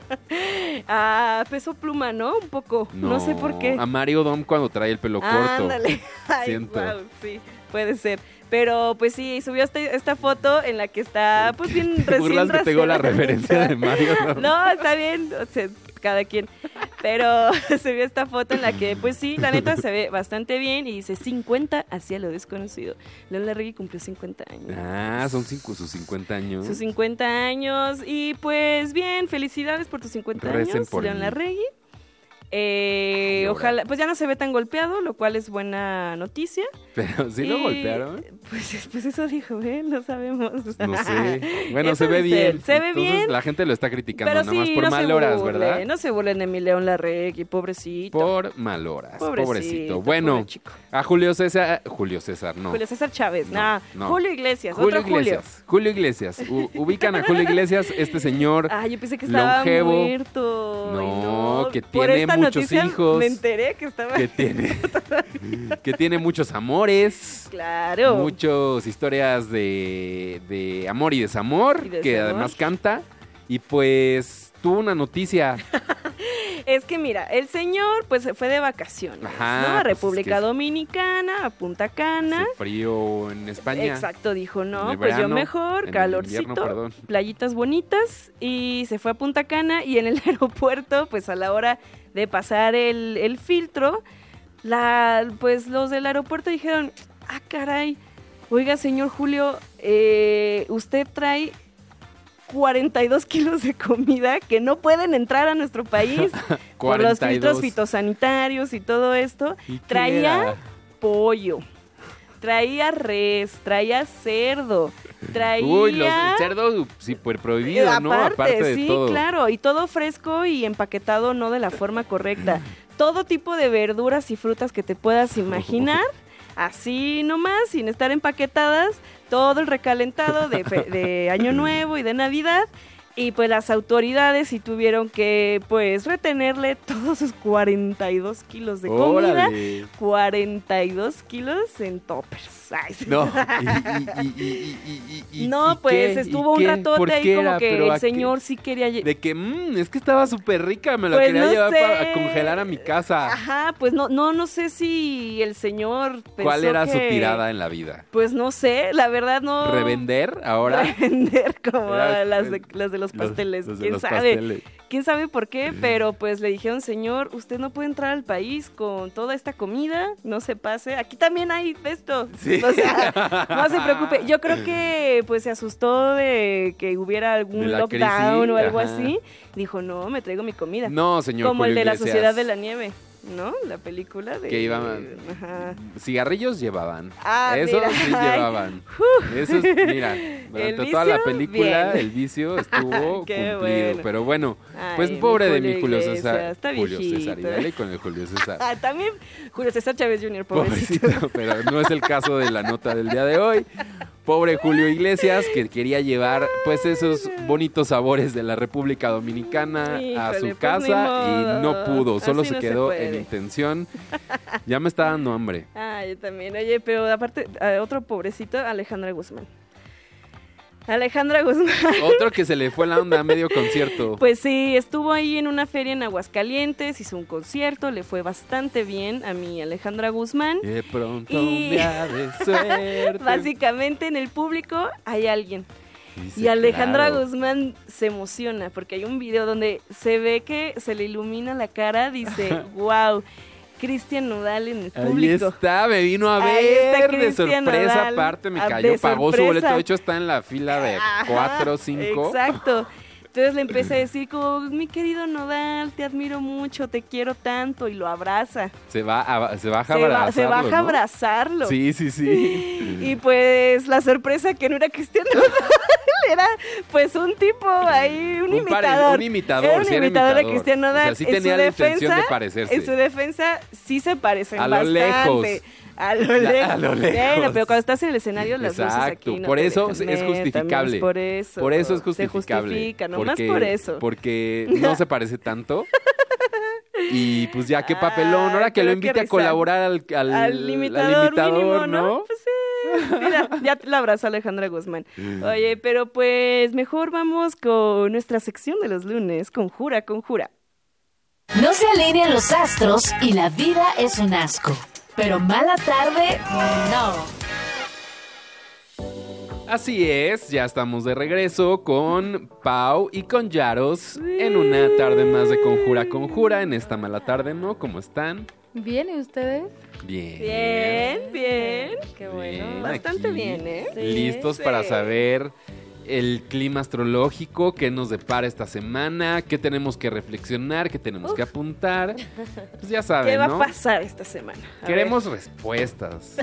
Speaker 2: A Ah, peso pluma, ¿no? Un poco. *laughs* No, sé por qué.
Speaker 3: A Mario Dom cuando trae el pelo corto.
Speaker 2: Ándale. *laughs* Ay,
Speaker 3: Siento.
Speaker 2: guau, sí, puede ser. Pero pues sí, subió este- esta foto en la que está pues bien
Speaker 3: *laughs* *laughs* Te
Speaker 2: recién
Speaker 3: burlas que tengo la
Speaker 2: rasurada.
Speaker 3: referencia de Mario
Speaker 2: *laughs*
Speaker 3: Dom.
Speaker 2: No, está bien, o sea, cada quien. Pero *laughs* se vio esta foto en la que, pues sí, la neta se ve bastante bien y dice 50 hacia lo desconocido. Lola Larregui cumplió 50 años.
Speaker 3: Ah, son cinco, sus 50 años.
Speaker 2: Sus 50 años y pues bien, felicidades por tus 50
Speaker 3: Recen
Speaker 2: años,
Speaker 3: por
Speaker 2: León
Speaker 3: mí.
Speaker 2: Larregui. Eh,
Speaker 3: Ay, ahora.
Speaker 2: ojalá, pues ya no se ve tan golpeado, lo cual es buena noticia.
Speaker 3: Pero sí lo
Speaker 2: Y, *laughs*
Speaker 3: golpearon.
Speaker 2: Pues, pues eso dijo, ¿eh? No sabemos.
Speaker 3: No
Speaker 2: *laughs*
Speaker 3: sé. Bueno,
Speaker 2: Eso
Speaker 3: se ve
Speaker 2: dice él,
Speaker 3: bien.
Speaker 2: Se ve
Speaker 3: Entonces,
Speaker 2: bien.
Speaker 3: La gente lo está criticando,
Speaker 2: Pero
Speaker 3: nada
Speaker 2: sí,
Speaker 3: más por
Speaker 2: no
Speaker 3: mal
Speaker 2: se
Speaker 3: horas,
Speaker 2: burlen,
Speaker 3: ¿verdad?
Speaker 2: No se burlen de mi León Larregui, pobrecito.
Speaker 3: Por mal horas. Pobrecito.
Speaker 2: Pobrecito,
Speaker 3: Bueno,
Speaker 2: pobre chico.
Speaker 3: a Julio César. Julio César, no.
Speaker 2: Julio César Chávez,
Speaker 3: No,
Speaker 2: nada.
Speaker 3: no.
Speaker 2: Julio Iglesias,
Speaker 3: Julio
Speaker 2: otro Julio.
Speaker 3: Iglesias. Julio Iglesias. U- ubican a Julio Iglesias, este señor.
Speaker 2: Ay, yo pensé que estaba
Speaker 3: Longevo.
Speaker 2: muerto. Ay,
Speaker 3: No, que
Speaker 2: Por
Speaker 3: tiene
Speaker 2: esta
Speaker 3: muchos
Speaker 2: noticia
Speaker 3: hijos.
Speaker 2: Me enteré que estaba. *laughs*
Speaker 3: que tiene. *laughs* que tiene muchos amores.
Speaker 2: Claro.
Speaker 3: Muchas historias de, de amor y desamor,
Speaker 2: Y desamor.
Speaker 3: que además canta. Y pues tuvo una noticia.
Speaker 2: Es que mira, el señor pues se fue de vacaciones,
Speaker 3: Ajá,
Speaker 2: ¿no?
Speaker 3: pues,
Speaker 2: A
Speaker 3: es
Speaker 2: República
Speaker 3: que-
Speaker 2: Dominicana, a Punta Cana.
Speaker 3: Hace frío en España.
Speaker 2: Exacto, dijo,
Speaker 3: En
Speaker 2: no,
Speaker 3: el
Speaker 2: pues
Speaker 3: verano,
Speaker 2: yo mejor,
Speaker 3: en el
Speaker 2: calorcito,
Speaker 3: invierno, perdón.
Speaker 2: playitas bonitas y se fue a Punta Cana y en el *laughs* aeropuerto, pues a la hora de pasar el, el filtro, la, pues los del aeropuerto dijeron, ah, caray, oiga, señor Julio, eh, usted trae 42 kilos de comida que no pueden entrar a nuestro
Speaker 3: *laughs*
Speaker 2: país por los filtros fitosanitarios y todo esto.
Speaker 3: ¿Y qué
Speaker 2: traía
Speaker 3: era?
Speaker 2: pollo, traía res, traía cerdo, traía...
Speaker 3: Uy, los, el cerdo sí, pues, prohibido, ¿no? Aparte de
Speaker 2: Eh, sí,
Speaker 3: todo.
Speaker 2: claro, y todo fresco y empaquetado no de la forma
Speaker 3: *clears throat*
Speaker 2: correcta. Todo tipo de verduras y frutas que te puedas imaginar, así nomás, sin estar empaquetadas, todo el recalentado de, fe-
Speaker 3: *clears throat*
Speaker 2: de Año Nuevo y de Navidad. Y pues las autoridades sí tuvieron que pues retenerle todos sus 42 kilos de comida.
Speaker 3: Órale.
Speaker 2: 42 kilos en toppers. Ay, sí. *laughs*
Speaker 3: No, y- y- y- y- y- y- y-
Speaker 2: No,
Speaker 3: ¿y
Speaker 2: pues
Speaker 3: qué?
Speaker 2: estuvo
Speaker 3: ¿Y
Speaker 2: un
Speaker 3: qué?
Speaker 2: ratote
Speaker 3: ¿Por
Speaker 2: ahí
Speaker 3: qué
Speaker 2: como
Speaker 3: era?
Speaker 2: que
Speaker 3: ¿Pero a
Speaker 2: el
Speaker 3: qué?
Speaker 2: señor sí quería... lle-
Speaker 3: De que, mmm, es que estaba súper rica, me lo
Speaker 2: Pues,
Speaker 3: quería
Speaker 2: no
Speaker 3: llevar
Speaker 2: sé.
Speaker 3: para congelar a mi casa.
Speaker 2: Ajá, pues no, no, no sé si el señor pensó
Speaker 3: ¿Cuál era su
Speaker 2: que-
Speaker 3: tirada en la vida?
Speaker 2: Pues no sé, la verdad no...
Speaker 3: ¿Revender
Speaker 2: *laughs*
Speaker 3: ahora?
Speaker 2: Revender como
Speaker 3: Era-
Speaker 2: las, de, las de los pasteles,
Speaker 3: Los- los de
Speaker 2: quién
Speaker 3: los
Speaker 2: sabe.
Speaker 3: pasteles.
Speaker 2: Quién sabe por qué, pero pues le dijeron, señor, usted no puede entrar al país con toda esta comida, no se pase. Aquí también hay de esto.
Speaker 3: Sí.
Speaker 2: O sea, *laughs* no se preocupe. Yo creo que pues se asustó de que hubiera
Speaker 3: De
Speaker 2: algún
Speaker 3: la
Speaker 2: lockdown
Speaker 3: crisis,
Speaker 2: o algo
Speaker 3: ajá.
Speaker 2: así. Dijo, no, me traigo mi comida.
Speaker 3: No, señor.
Speaker 2: Como el
Speaker 3: Julio
Speaker 2: de la
Speaker 3: Iglesias.
Speaker 2: Sociedad de la Nieve, ¿no? La película de...
Speaker 3: Que iban-
Speaker 2: iban... este, Ajá.
Speaker 3: Cigarrillos llevaban.
Speaker 2: Ah,
Speaker 3: Eso
Speaker 2: mira.
Speaker 3: sí
Speaker 2: Ay.
Speaker 3: llevaban. Eso es,
Speaker 2: *laughs*
Speaker 3: mira, durante toda la
Speaker 2: vicio,
Speaker 3: película
Speaker 2: bien.
Speaker 3: el
Speaker 2: *laughs*
Speaker 3: vicio estuvo
Speaker 2: Qué
Speaker 3: cumplido.
Speaker 2: bueno.
Speaker 3: Pero bueno, pues
Speaker 2: Ay, mi
Speaker 3: pobre de
Speaker 2: Julio
Speaker 3: mi Julio
Speaker 2: Iglesias,
Speaker 3: César.
Speaker 2: está
Speaker 3: Julio César, y
Speaker 2: viejito.
Speaker 3: dale con el Julio César.
Speaker 2: Ah, también Julio César Chávez Jr., *laughs* pobrecito.
Speaker 3: Pobrecito, pero no es el caso de la nota del día de hoy. Pobre Julio Iglesias, que quería llevar pues esos bonitos sabores de la República Dominicana a
Speaker 2: Híjole,
Speaker 3: su
Speaker 2: pues,
Speaker 3: casa
Speaker 2: ni
Speaker 3: y no
Speaker 2: modo.
Speaker 3: pudo, solo
Speaker 2: Así
Speaker 3: se
Speaker 2: no se
Speaker 3: quedó en
Speaker 2: puede.
Speaker 3: intención. Ya me está dando hambre.
Speaker 2: Ah, yo también. Oye, pero aparte, a otro pobrecito, Alejandra Guzmán. Alejandra Guzmán. *laughs*
Speaker 3: Otro que se le fue la onda a medio concierto.
Speaker 2: Pues sí, estuvo ahí en una feria en Aguascalientes, hizo un concierto, le fue bastante bien a mi Alejandra Guzmán.
Speaker 3: De pronto
Speaker 2: Y-
Speaker 3: un
Speaker 2: *laughs*
Speaker 3: día de suerte.
Speaker 2: Básicamente en el público hay alguien.
Speaker 3: Dice,
Speaker 2: Y Alejandra
Speaker 3: claro.
Speaker 2: Guzmán se emociona porque hay un video donde se ve que se le ilumina la cara, dice,
Speaker 3: *laughs*
Speaker 2: wow, Cristian Nodal en el
Speaker 3: Ahí
Speaker 2: público.
Speaker 3: está, me vino a
Speaker 2: Ahí está
Speaker 3: ver de
Speaker 2: Cristian
Speaker 3: sorpresa
Speaker 2: Nodal.
Speaker 3: aparte, me
Speaker 2: Ah,
Speaker 3: cayó,
Speaker 2: de
Speaker 3: pagó su boleto,
Speaker 2: sorpresa.
Speaker 3: de hecho está en la fila de
Speaker 2: Ajá,
Speaker 3: 4 o 5.
Speaker 2: Exacto. Entonces le
Speaker 3: *clears throat*
Speaker 2: empecé a decir como, mi querido Nodal, te admiro mucho, te quiero tanto, y lo abraza.
Speaker 3: Se, va a- se
Speaker 2: Se,
Speaker 3: baja a
Speaker 2: va-
Speaker 3: abrazarlo,
Speaker 2: se baja a
Speaker 3: ¿no?
Speaker 2: abrazarlo.
Speaker 3: Sí, sí, sí.
Speaker 2: Y pues la sorpresa que no era Cristiano *laughs* Nodal, era pues un tipo ahí, un,
Speaker 3: Un pare-
Speaker 2: imitador.
Speaker 3: un imitador,
Speaker 2: Era un
Speaker 3: sí era
Speaker 2: imitador de
Speaker 3: imitador.
Speaker 2: Cristian Nodal.
Speaker 3: O sea, sí
Speaker 2: En su
Speaker 3: tenía la intención
Speaker 2: defensa-
Speaker 3: de parecerse.
Speaker 2: En su defensa sí se parecen
Speaker 3: A lo
Speaker 2: bastante.
Speaker 3: lejos.
Speaker 2: A lo
Speaker 3: La-
Speaker 2: lejos.
Speaker 3: a lo
Speaker 2: Bueno,
Speaker 3: lejos.
Speaker 2: pero cuando estás en el escenario, las luces
Speaker 3: Exacto,
Speaker 2: aquí no
Speaker 3: por
Speaker 2: te
Speaker 3: eso
Speaker 2: dejan.
Speaker 3: es
Speaker 2: Neta,
Speaker 3: justificable.
Speaker 2: amigos, Por eso.
Speaker 3: Por eso es
Speaker 2: Se
Speaker 3: justificable.
Speaker 2: justifica, nomás por eso. *laughs*
Speaker 3: Porque no se parece tanto. Y pues ya qué papelón. Ahora
Speaker 2: Ay,
Speaker 3: que lo
Speaker 2: pero qué
Speaker 3: invite a
Speaker 2: risa.
Speaker 3: colaborar al, al,
Speaker 2: al
Speaker 3: al
Speaker 2: limitador,
Speaker 3: imitador,
Speaker 2: mínimo, ¿no? Pues sí. Mira, ya te la abrazó Alejandra Guzmán.
Speaker 3: Mm.
Speaker 2: Oye, pero pues mejor vamos con nuestra sección de los lunes, conjura, conjura.
Speaker 1: No se alinean los astros y la vida es un asco. Pero mala tarde, no.
Speaker 3: Así es, ya estamos de regreso con Pau y con Yaros en una tarde más de Conjura Conjura. En esta mala tarde, ¿no? ¿Cómo están?
Speaker 7: Bien, ¿y ustedes?
Speaker 3: Bien. Eh.
Speaker 2: Bien, bien.
Speaker 7: Qué bueno.
Speaker 3: Bien,
Speaker 2: Bastante bien, ¿eh?
Speaker 7: Sí.
Speaker 3: Listos
Speaker 2: Sí.
Speaker 3: para saber el clima astrológico, qué nos depara esta semana, qué tenemos que reflexionar, qué tenemos que apuntar. Pues
Speaker 2: *laughs*
Speaker 3: ya
Speaker 2: ¿Qué
Speaker 3: saben,
Speaker 2: va
Speaker 3: ¿no?
Speaker 2: a pasar esta semana? A *laughs*
Speaker 3: Queremos respuestas.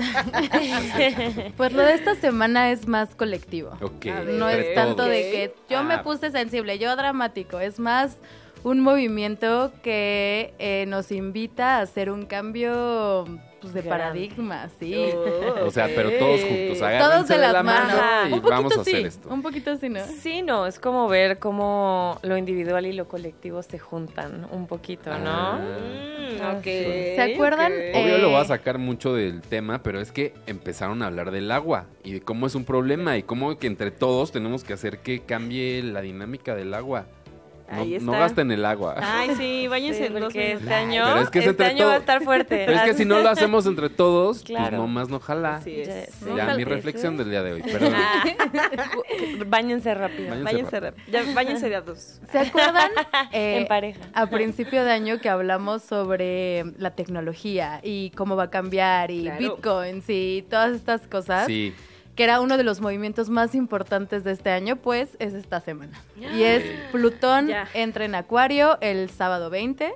Speaker 7: Pues lo de esta semana es más colectivo.
Speaker 3: Ok.
Speaker 2: A ver,
Speaker 7: No es
Speaker 3: entre
Speaker 7: tanto
Speaker 3: todos.
Speaker 7: de que yo me
Speaker 3: Ah.
Speaker 7: puse sensible, yo dramático. Es más un movimiento que eh, nos invita a hacer un cambio pues, de
Speaker 1: Grande.
Speaker 7: paradigma, sí.
Speaker 2: ver. Oh,
Speaker 3: O sea, pero
Speaker 2: ok.
Speaker 3: todos juntos. Agárrense
Speaker 7: Todos de las
Speaker 3: la
Speaker 7: manos.
Speaker 3: mano y
Speaker 7: un poquito
Speaker 3: vamos a
Speaker 7: sí,
Speaker 3: hacer esto.
Speaker 7: un poquito sí, ¿no?
Speaker 8: Sí, no, es como ver cómo lo individual y lo colectivo se juntan un poquito, ¿no?
Speaker 3: Ah.
Speaker 2: Mm, ok,
Speaker 7: ¿Se acuerdan?
Speaker 2: ok.
Speaker 7: Eh,
Speaker 3: Obvio lo va a sacar mucho del tema, pero es que empezaron a hablar del agua y de cómo es un problema y cómo que entre todos tenemos que hacer que cambie la dinámica del agua. No,
Speaker 2: Ahí
Speaker 3: no
Speaker 2: está. Ah,
Speaker 3: gasten el agua.
Speaker 2: Ay, sí, váyanse
Speaker 8: Sí,
Speaker 2: en dos
Speaker 8: porque
Speaker 2: minutos.
Speaker 8: este año,
Speaker 3: Pero es que es
Speaker 8: este
Speaker 3: entre
Speaker 8: año va a
Speaker 3: todo-
Speaker 8: estar fuerte.
Speaker 3: Pero es que si no lo
Speaker 8: *laughs*
Speaker 3: hacemos entre todos,
Speaker 8: Claro.
Speaker 3: pues nomás no jala.
Speaker 2: Así es.
Speaker 8: Sí.
Speaker 7: No
Speaker 3: ya
Speaker 7: jala,
Speaker 3: mi
Speaker 7: sí.
Speaker 3: reflexión del día de hoy. Perdón.
Speaker 8: *laughs* Ah. Báñense rápido.
Speaker 3: Váyanse
Speaker 2: Váyanse,
Speaker 3: rápido.
Speaker 2: rap- ya, váyanse de a dos.
Speaker 7: ¿Se acuerdan? Eh,
Speaker 8: En pareja.
Speaker 7: a principio de año que hablamos sobre la tecnología y cómo va a cambiar y
Speaker 2: Claro.
Speaker 7: bitcoins y todas estas
Speaker 2: Ah,
Speaker 7: cosas,
Speaker 3: Sí.
Speaker 7: que era uno de los movimientos más importantes de este año, pues es esta semana. Y es Plutón
Speaker 2: Ya.
Speaker 7: entra en Acuario el sábado 20.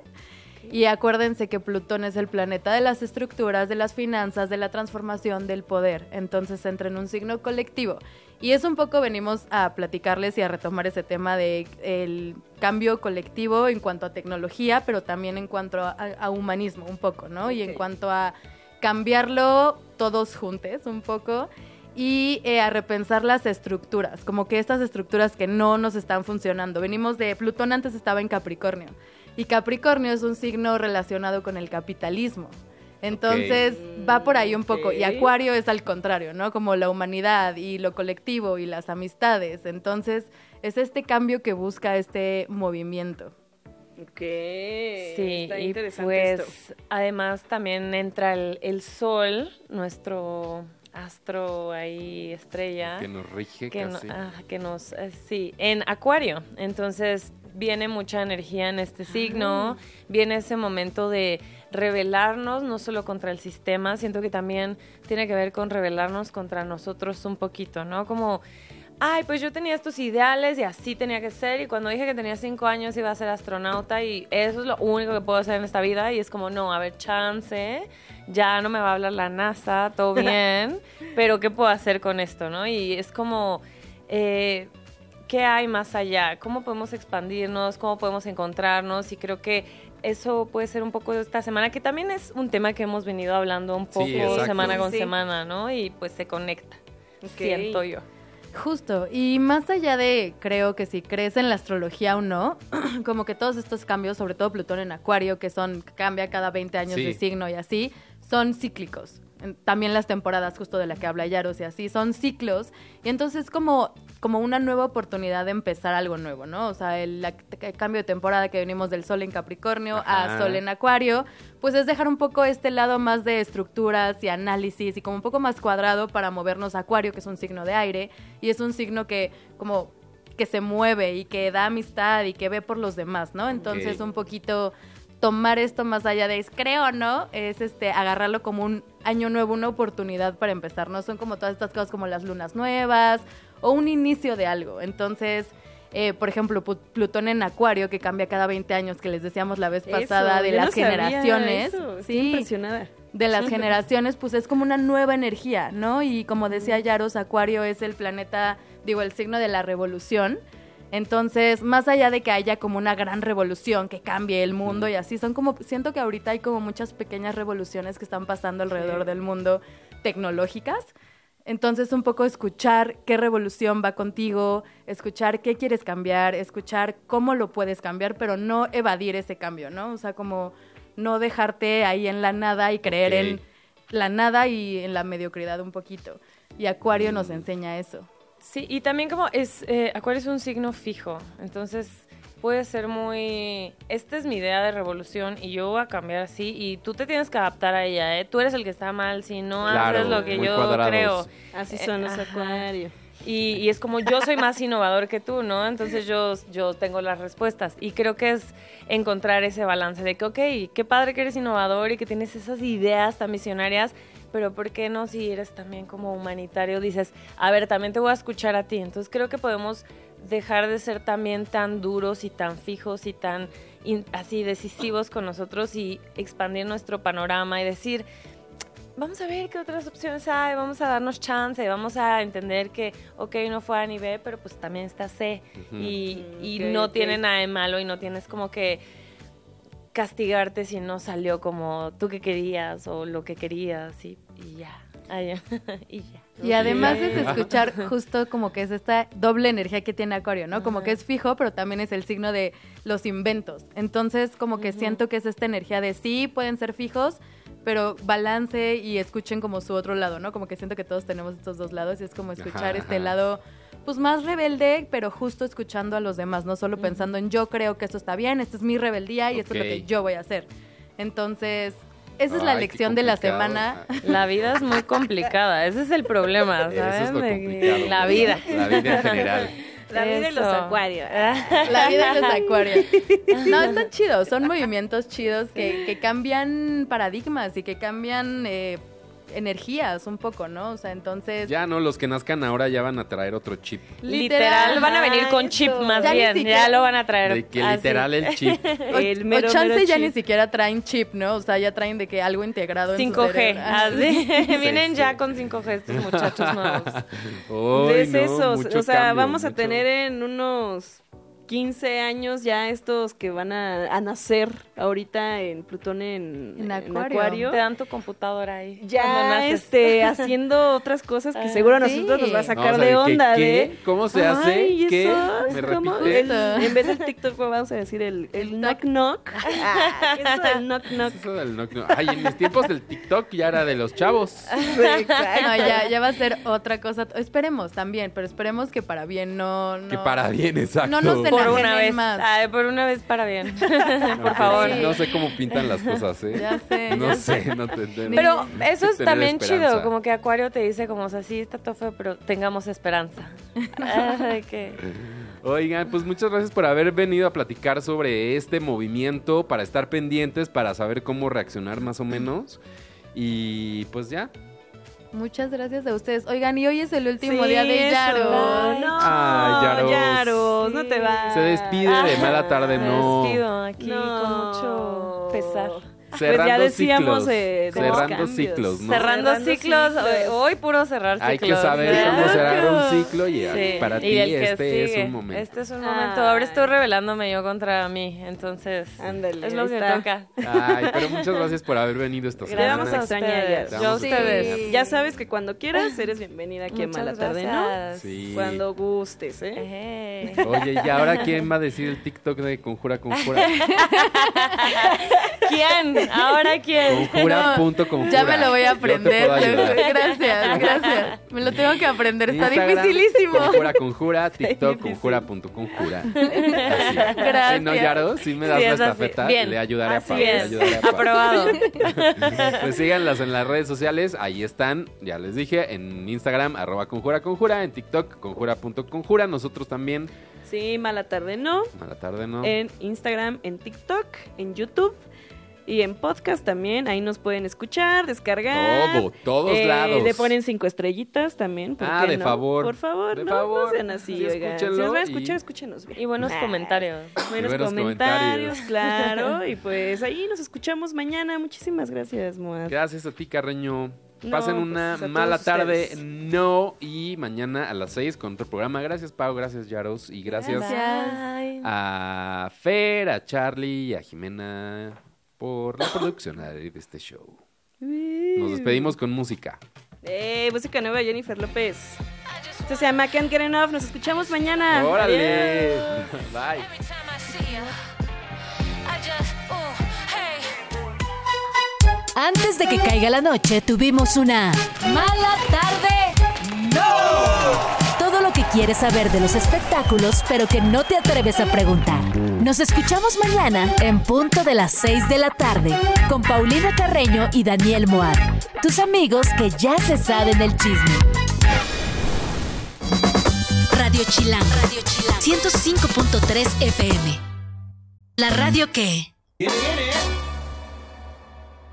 Speaker 7: Y acuérdense que Plutón es el planeta de las estructuras, de las finanzas, de la transformación, del poder. Entonces entra en un signo colectivo. Y es un poco venimos a platicarles y a retomar ese tema de el cambio colectivo en cuanto a tecnología, pero también en cuanto a, a humanismo un poco, ¿no? Y en
Speaker 2: Ok.
Speaker 7: cuanto a cambiarlo todos juntos un poco y eh, a repensar las estructuras, como que estas estructuras que no nos están funcionando. Venimos de Plutón antes estaba en Capricornio y Capricornio es un signo relacionado con el capitalismo. Entonces va por ahí un poco. Y
Speaker 2: Ok.
Speaker 7: Acuario es al contrario, ¿no? Como la humanidad y lo colectivo y las amistades. Entonces es este cambio que busca este movimiento.
Speaker 2: Ok.
Speaker 8: Sí,
Speaker 2: está
Speaker 8: y
Speaker 2: interesante
Speaker 8: pues
Speaker 2: esto.
Speaker 8: además también entra el, el sol, nuestro astro ahí estrella.
Speaker 3: Que nos rige
Speaker 8: que, no-
Speaker 3: casi.
Speaker 8: ah, que nos, eh, sí, en Acuario. Entonces viene mucha energía en este signo, viene ese momento de rebelarnos, no solo contra el sistema, siento que también tiene que ver con rebelarnos contra nosotros un poquito, ¿no? Como, ay, pues yo tenía estos ideales y así tenía que ser, y cuando dije que tenía cinco años iba a ser astronauta y eso es lo único que puedo hacer en esta vida, y es como, no, a ver, chance, ya no me va a hablar la NASA, todo bien, pero ¿qué puedo hacer con esto, no? Y es como, eh, ¿qué hay más allá? ¿Cómo podemos expandirnos? ¿Cómo podemos encontrarnos? Y creo que eso puede ser un poco de esta semana, que también es un tema que hemos venido hablando un poco
Speaker 3: exacto.
Speaker 8: semana con
Speaker 2: Sí, sí.
Speaker 8: semana, ¿no? Y pues se conecta,
Speaker 2: Ok.
Speaker 8: siento yo.
Speaker 7: Justo, y más allá de creo que si crees en la astrología o no, *clears throat* como que todos estos cambios, sobre todo Plutón en Acuario, que son cambia cada 20 años
Speaker 3: Sí.
Speaker 7: de signo y así, son cíclicos. En- También las temporadas justo de la que habla Yaros y así, son ciclos. Y entonces como, como una nueva oportunidad de empezar algo nuevo, ¿no? O sea, el, la- el cambio de temporada que venimos del Sol en Capricornio
Speaker 3: Ajá.
Speaker 7: a Sol en Acuario, pues es dejar un poco este lado más de estructuras y análisis y como un poco más cuadrado para movernos a Acuario, que es un signo de aire y es un signo que como que se mueve y que da amistad y que ve por los demás, ¿no? Entonces
Speaker 3: Ok.
Speaker 7: un poquito tomar esto más allá de es creo, ¿no? Es este agarrarlo como un año nuevo, una oportunidad para empezar, ¿no? Son como todas estas cosas como las lunas nuevas o un inicio de algo. Entonces, eh, por ejemplo, Put- Plutón en Acuario, que cambia cada 20 años, que les decíamos la vez pasada,
Speaker 2: Eso,
Speaker 7: de
Speaker 2: yo no
Speaker 7: las
Speaker 2: sabía
Speaker 7: generaciones.
Speaker 2: eso, Estoy
Speaker 7: Sí,
Speaker 2: impresionada. *laughs*
Speaker 7: de las generaciones, pues es como una nueva energía, ¿no? Y como decía Yaros, Acuario es el planeta digo, el signo de la revolución. Entonces, más allá de que haya como una gran revolución que cambie el mundo y así, son como, siento que ahorita hay como muchas pequeñas revoluciones que están pasando alrededor del mundo tecnológicas. Entonces, un poco escuchar qué revolución va contigo, escuchar qué quieres cambiar, escuchar cómo lo puedes cambiar, pero no evadir ese cambio, ¿no? O sea, como no dejarte ahí en la nada y creer
Speaker 3: Ok.
Speaker 7: en la nada y en la mediocridad un poquito. Y Acuario nos enseña eso.
Speaker 8: Sí, y también como es, eh, Acuario es un signo fijo, entonces puede ser muy, esta es mi idea de revolución y yo voy a cambiar así y tú te tienes que adaptar a ella, ¿eh? tú eres el que está mal si no
Speaker 3: Claro,
Speaker 8: haces lo que
Speaker 3: muy
Speaker 8: yo
Speaker 3: cuadrados.
Speaker 8: creo.
Speaker 2: Así
Speaker 8: Eh,
Speaker 2: son los
Speaker 8: ajá.
Speaker 2: acuarios.
Speaker 8: Y, y es como yo soy más innovador que tú, ¿no? Entonces yo, yo tengo las respuestas. Y creo que es encontrar ese balance de que, ok, qué padre que eres innovador y que tienes esas ideas tan misionarias, pero ¿por qué no si eres también como humanitario? Dices, a ver, también te voy a escuchar a ti. Entonces creo que podemos dejar de ser también tan duros y tan fijos y tan in- así decisivos con nosotros y expandir nuestro panorama y decir, vamos a ver qué otras opciones hay, vamos a darnos chance, vamos a entender que, ok, no fue A ni B, pero pues también está C. Y, y
Speaker 2: Mm, ok,
Speaker 8: no
Speaker 2: ok.
Speaker 8: tiene nada de malo y no tienes como que castigarte si no salió como tú que querías o lo que querías y, y ya. Ah, ya. *laughs* y ya.
Speaker 7: Y además es
Speaker 3: *laughs*
Speaker 7: escuchar justo como que es esta doble energía que tiene Acuario, ¿no? Como que es fijo, pero también es el signo de los inventos. Entonces, como que siento que es esta energía de sí, pueden ser fijos, pero balance y escuchen como su otro lado, ¿no? Como que siento que todos tenemos estos dos lados y es como escuchar
Speaker 3: Ajá,
Speaker 7: este
Speaker 3: ajá.
Speaker 7: lado pues más rebelde, pero justo escuchando a los demás, no solo pensando en yo creo que esto está bien, esta es mi rebeldía y esto es lo que
Speaker 3: Ok.
Speaker 7: yo voy a hacer. Entonces, esa es la
Speaker 3: Ay, qué
Speaker 7: lección de la
Speaker 3: complicado. Ah,
Speaker 7: semana.
Speaker 8: La vida es muy complicada, ese es el problema,
Speaker 2: *laughs*
Speaker 3: eh, Eso
Speaker 8: ¿sabes?
Speaker 3: es lo
Speaker 8: De que-
Speaker 3: complicado.
Speaker 8: la vida.
Speaker 3: La vida en general.
Speaker 2: La vida y los
Speaker 8: Eso.
Speaker 2: acuarios.
Speaker 7: La vida de los
Speaker 2: *laughs*
Speaker 7: acuarios. No, están chidos, son movimientos chidos que, que cambian paradigmas y que cambian eh, energías un poco, ¿no? O sea, entonces...
Speaker 3: Ya no, los que nazcan ahora ya van a traer otro chip.
Speaker 8: *laughs* Literal, van a venir con
Speaker 2: Eso.
Speaker 8: chip más
Speaker 7: Ya ni
Speaker 8: bien, ya
Speaker 7: siquiera-
Speaker 8: lo van a traer.
Speaker 3: De que
Speaker 8: así.
Speaker 3: literal
Speaker 2: *laughs*
Speaker 3: el chip.
Speaker 7: O,
Speaker 2: El
Speaker 7: o
Speaker 2: mero,
Speaker 7: chance
Speaker 2: mero
Speaker 7: ya
Speaker 2: chip.
Speaker 7: ni siquiera traen chip, ¿no? O sea, ya traen de que algo integrado en su
Speaker 8: 5G.
Speaker 7: cerebro. Ah,
Speaker 8: *laughs* así. Vienen
Speaker 3: sí.
Speaker 8: ya con
Speaker 3: *laughs*
Speaker 8: 5G estos muchachos nuevos.
Speaker 3: Ay,
Speaker 2: es
Speaker 3: no,
Speaker 2: eso.
Speaker 3: mucho
Speaker 2: O sea,
Speaker 3: cambio,
Speaker 2: vamos a
Speaker 3: mucho-
Speaker 2: tener en unos 15 años ya estos que van a, a nacer ahorita en Plutón en,
Speaker 7: En Acuario.
Speaker 8: Te dan tu computadora ahí. cuando
Speaker 2: Ya
Speaker 8: naces. *laughs*
Speaker 2: este, haciendo otras cosas que seguro a nosotros
Speaker 7: sí.
Speaker 2: nos va a
Speaker 3: No,
Speaker 2: sacar
Speaker 3: o sea,
Speaker 2: de
Speaker 3: que
Speaker 2: onda,
Speaker 3: ¿qué?
Speaker 2: de...
Speaker 3: ¿Cómo se
Speaker 2: Ay,
Speaker 3: hace?
Speaker 2: eso
Speaker 3: ¿Qué?
Speaker 2: es
Speaker 3: ¿Me
Speaker 2: como
Speaker 3: repites?
Speaker 2: el- en vez del TikTok pues, vamos a decir el, el knock knock. Ah, ¿qué es *laughs* eso del knock knock.
Speaker 3: Eso del knock, knock. Ay, en mis tiempos del TikTok ya era de los chavos.
Speaker 7: *laughs*
Speaker 2: Ah, *laughs*
Speaker 7: No, ya, ya va a ser otra cosa. Esperemos también, pero esperemos que para bien no... no
Speaker 3: Que para bien, exacto.
Speaker 7: No nos
Speaker 8: Por
Speaker 7: enajenen
Speaker 8: una vez.
Speaker 7: más.
Speaker 8: Ay, por una vez para bien.
Speaker 3: No,
Speaker 8: Ah, por
Speaker 3: pues,
Speaker 8: favor.
Speaker 3: No sé cómo pintan las cosas, ¿eh?
Speaker 7: Ya sé,
Speaker 3: No
Speaker 7: ya
Speaker 3: sé, no te entiendo.
Speaker 8: *laughs* Pero eso
Speaker 3: Hay que
Speaker 8: es
Speaker 3: tener
Speaker 8: también
Speaker 3: esperanza.
Speaker 8: chido, como que Acuario te dice como, o sea, sí, está todo feo, pero tengamos *laughs* esperanza. Ay, que-
Speaker 3: Oigan, pues muchas gracias por haber venido a platicar sobre este movimiento, para estar pendientes, para saber cómo reaccionar más o menos. Y pues ya.
Speaker 7: Muchas gracias a ustedes. Oigan, y hoy es el último
Speaker 2: Sí,
Speaker 7: día de
Speaker 2: eso.
Speaker 7: Yaros.
Speaker 2: No,
Speaker 3: Ay, Yaros.
Speaker 2: Yaros, no te vas.
Speaker 3: Se despide de mala tarde,
Speaker 8: Me
Speaker 3: no.
Speaker 8: ah, despido aquí
Speaker 2: No.
Speaker 8: con mucho pesar.
Speaker 3: Cerrando
Speaker 2: ya decíamos,
Speaker 3: ciclos.
Speaker 2: eh, de los
Speaker 3: cerrando
Speaker 2: cambios.
Speaker 3: ciclos, ¿no?
Speaker 8: Cerrando,
Speaker 2: Cerrando
Speaker 8: ciclos,
Speaker 2: ciclos.
Speaker 8: hoy- hoy puro cerrar ciclos.
Speaker 3: Hay que saber cómo
Speaker 8: Claro.
Speaker 3: cerrar un ciclo y
Speaker 8: Sí,
Speaker 3: para
Speaker 8: y
Speaker 3: ti
Speaker 8: el que
Speaker 3: este es
Speaker 8: sigue.
Speaker 3: un momento.
Speaker 8: Este es un momento. Ahora
Speaker 2: Ay.
Speaker 8: estoy revelándome yo contra mí, entonces
Speaker 2: Ándale,
Speaker 8: es lo
Speaker 2: ahí
Speaker 8: que
Speaker 2: está.
Speaker 8: toca.
Speaker 3: Ay,
Speaker 8: *laughs*
Speaker 3: pero muchas gracias por haber venido esta
Speaker 2: Te vamos a
Speaker 3: semana.
Speaker 8: Gracias Este a
Speaker 2: extrañar,
Speaker 8: ustedes.
Speaker 2: Yaros.
Speaker 8: Yo a
Speaker 3: Sí.
Speaker 8: ustedes.
Speaker 2: Ya sabes que cuando quieras eres bienvenida aquí en
Speaker 8: Ah. Muchas
Speaker 2: Mala Tarde, ¿no?
Speaker 8: gracias.
Speaker 3: Sí.
Speaker 2: Cuando gustes, ¿eh?
Speaker 8: Ejé.
Speaker 3: Oye, ¿y ahora quién va a decir el TikTok de Conjura Conjura?
Speaker 8: *laughs* ¿Quién? ¿Ahora quién?
Speaker 3: Conjura
Speaker 7: No,
Speaker 3: punto conjura.
Speaker 7: Ya me lo voy a
Speaker 3: Yo te puedo
Speaker 7: aprender.
Speaker 3: ayudar.
Speaker 7: Gracias, gracias. Me lo tengo que aprender. Está
Speaker 3: Instagram,
Speaker 7: dificilísimo.
Speaker 3: Conjura Conjura, TikTok Conjura punto
Speaker 7: *laughs*
Speaker 3: conjura. Así.
Speaker 7: Gracias.
Speaker 3: Sí, no, Yaro, si me das
Speaker 8: Sí,
Speaker 3: la
Speaker 8: es así.
Speaker 3: estafeta,
Speaker 8: Bien.
Speaker 3: le ayudaré a
Speaker 8: Así
Speaker 3: Pablo. le
Speaker 8: es.
Speaker 3: ayudaré
Speaker 7: *laughs*
Speaker 3: a Pablo.
Speaker 8: Aprobado.
Speaker 3: Pues síganlas en las redes sociales, ahí están, ya les dije, en Instagram, arroba conjura conjura, en TikTok, conjura.conjura, nosotros también,
Speaker 2: Sí, Mala Tarde, ¿no?
Speaker 3: a la tarde, ¿no?
Speaker 2: en Instagram, en TikTok, en YouTube y en podcast también. Ahí nos pueden escuchar, descargar.
Speaker 3: Todo, todos
Speaker 2: Eh,
Speaker 3: lados.
Speaker 2: Le ponen cinco estrellitas también. ¿por
Speaker 3: Ah,
Speaker 2: qué
Speaker 3: de
Speaker 2: no?
Speaker 3: favor.
Speaker 2: Por favor,
Speaker 3: De
Speaker 2: no,
Speaker 3: favor.
Speaker 2: no sean así.
Speaker 3: Sí,
Speaker 2: oigan.
Speaker 3: escúchenlo
Speaker 2: Si nos van a
Speaker 3: y-
Speaker 2: escuchar, escúchenos bien. Ah.
Speaker 8: Y buenos
Speaker 2: Nah.
Speaker 8: comentarios.
Speaker 2: Buenos
Speaker 3: Buenos
Speaker 2: comentarios,
Speaker 3: comentarios. *laughs*
Speaker 2: claro. Y pues ahí nos escuchamos mañana. Muchísimas gracias, Moaz.
Speaker 3: Gracias a ti, Carreño.
Speaker 2: No,
Speaker 3: Pasen
Speaker 2: pues,
Speaker 3: una
Speaker 2: a todos
Speaker 3: mala tarde,
Speaker 2: ustedes.
Speaker 3: no. Y mañana a las 6 con otro programa. Gracias, Pau. Gracias, Yaros. Y gracias
Speaker 8: Bye.
Speaker 3: a Fer, a Charlie y a Jimena por la producción de este show. Nos despedimos con música.
Speaker 2: Eh, música nueva de Jennifer López. Esto se llama Can't Get Enough. Nos escuchamos mañana.
Speaker 3: ¡Órale!
Speaker 2: Adiós.
Speaker 3: Bye.
Speaker 9: Every time I see you, I just, ooh, hey.
Speaker 1: oh, Antes de que caiga la noche, tuvimos una mala tarde. ¡No! Todo lo que quieres saber de los espectáculos, pero que no te atreves a preguntar. Nos escuchamos mañana en punto de las 6 de la tarde con Paulina Carreño y Daniel Moab, tus amigos que ya se saben el chisme. Radio Chilán, Radio Chilán, 105.3 FM. La radio que
Speaker 4: Get it, get it.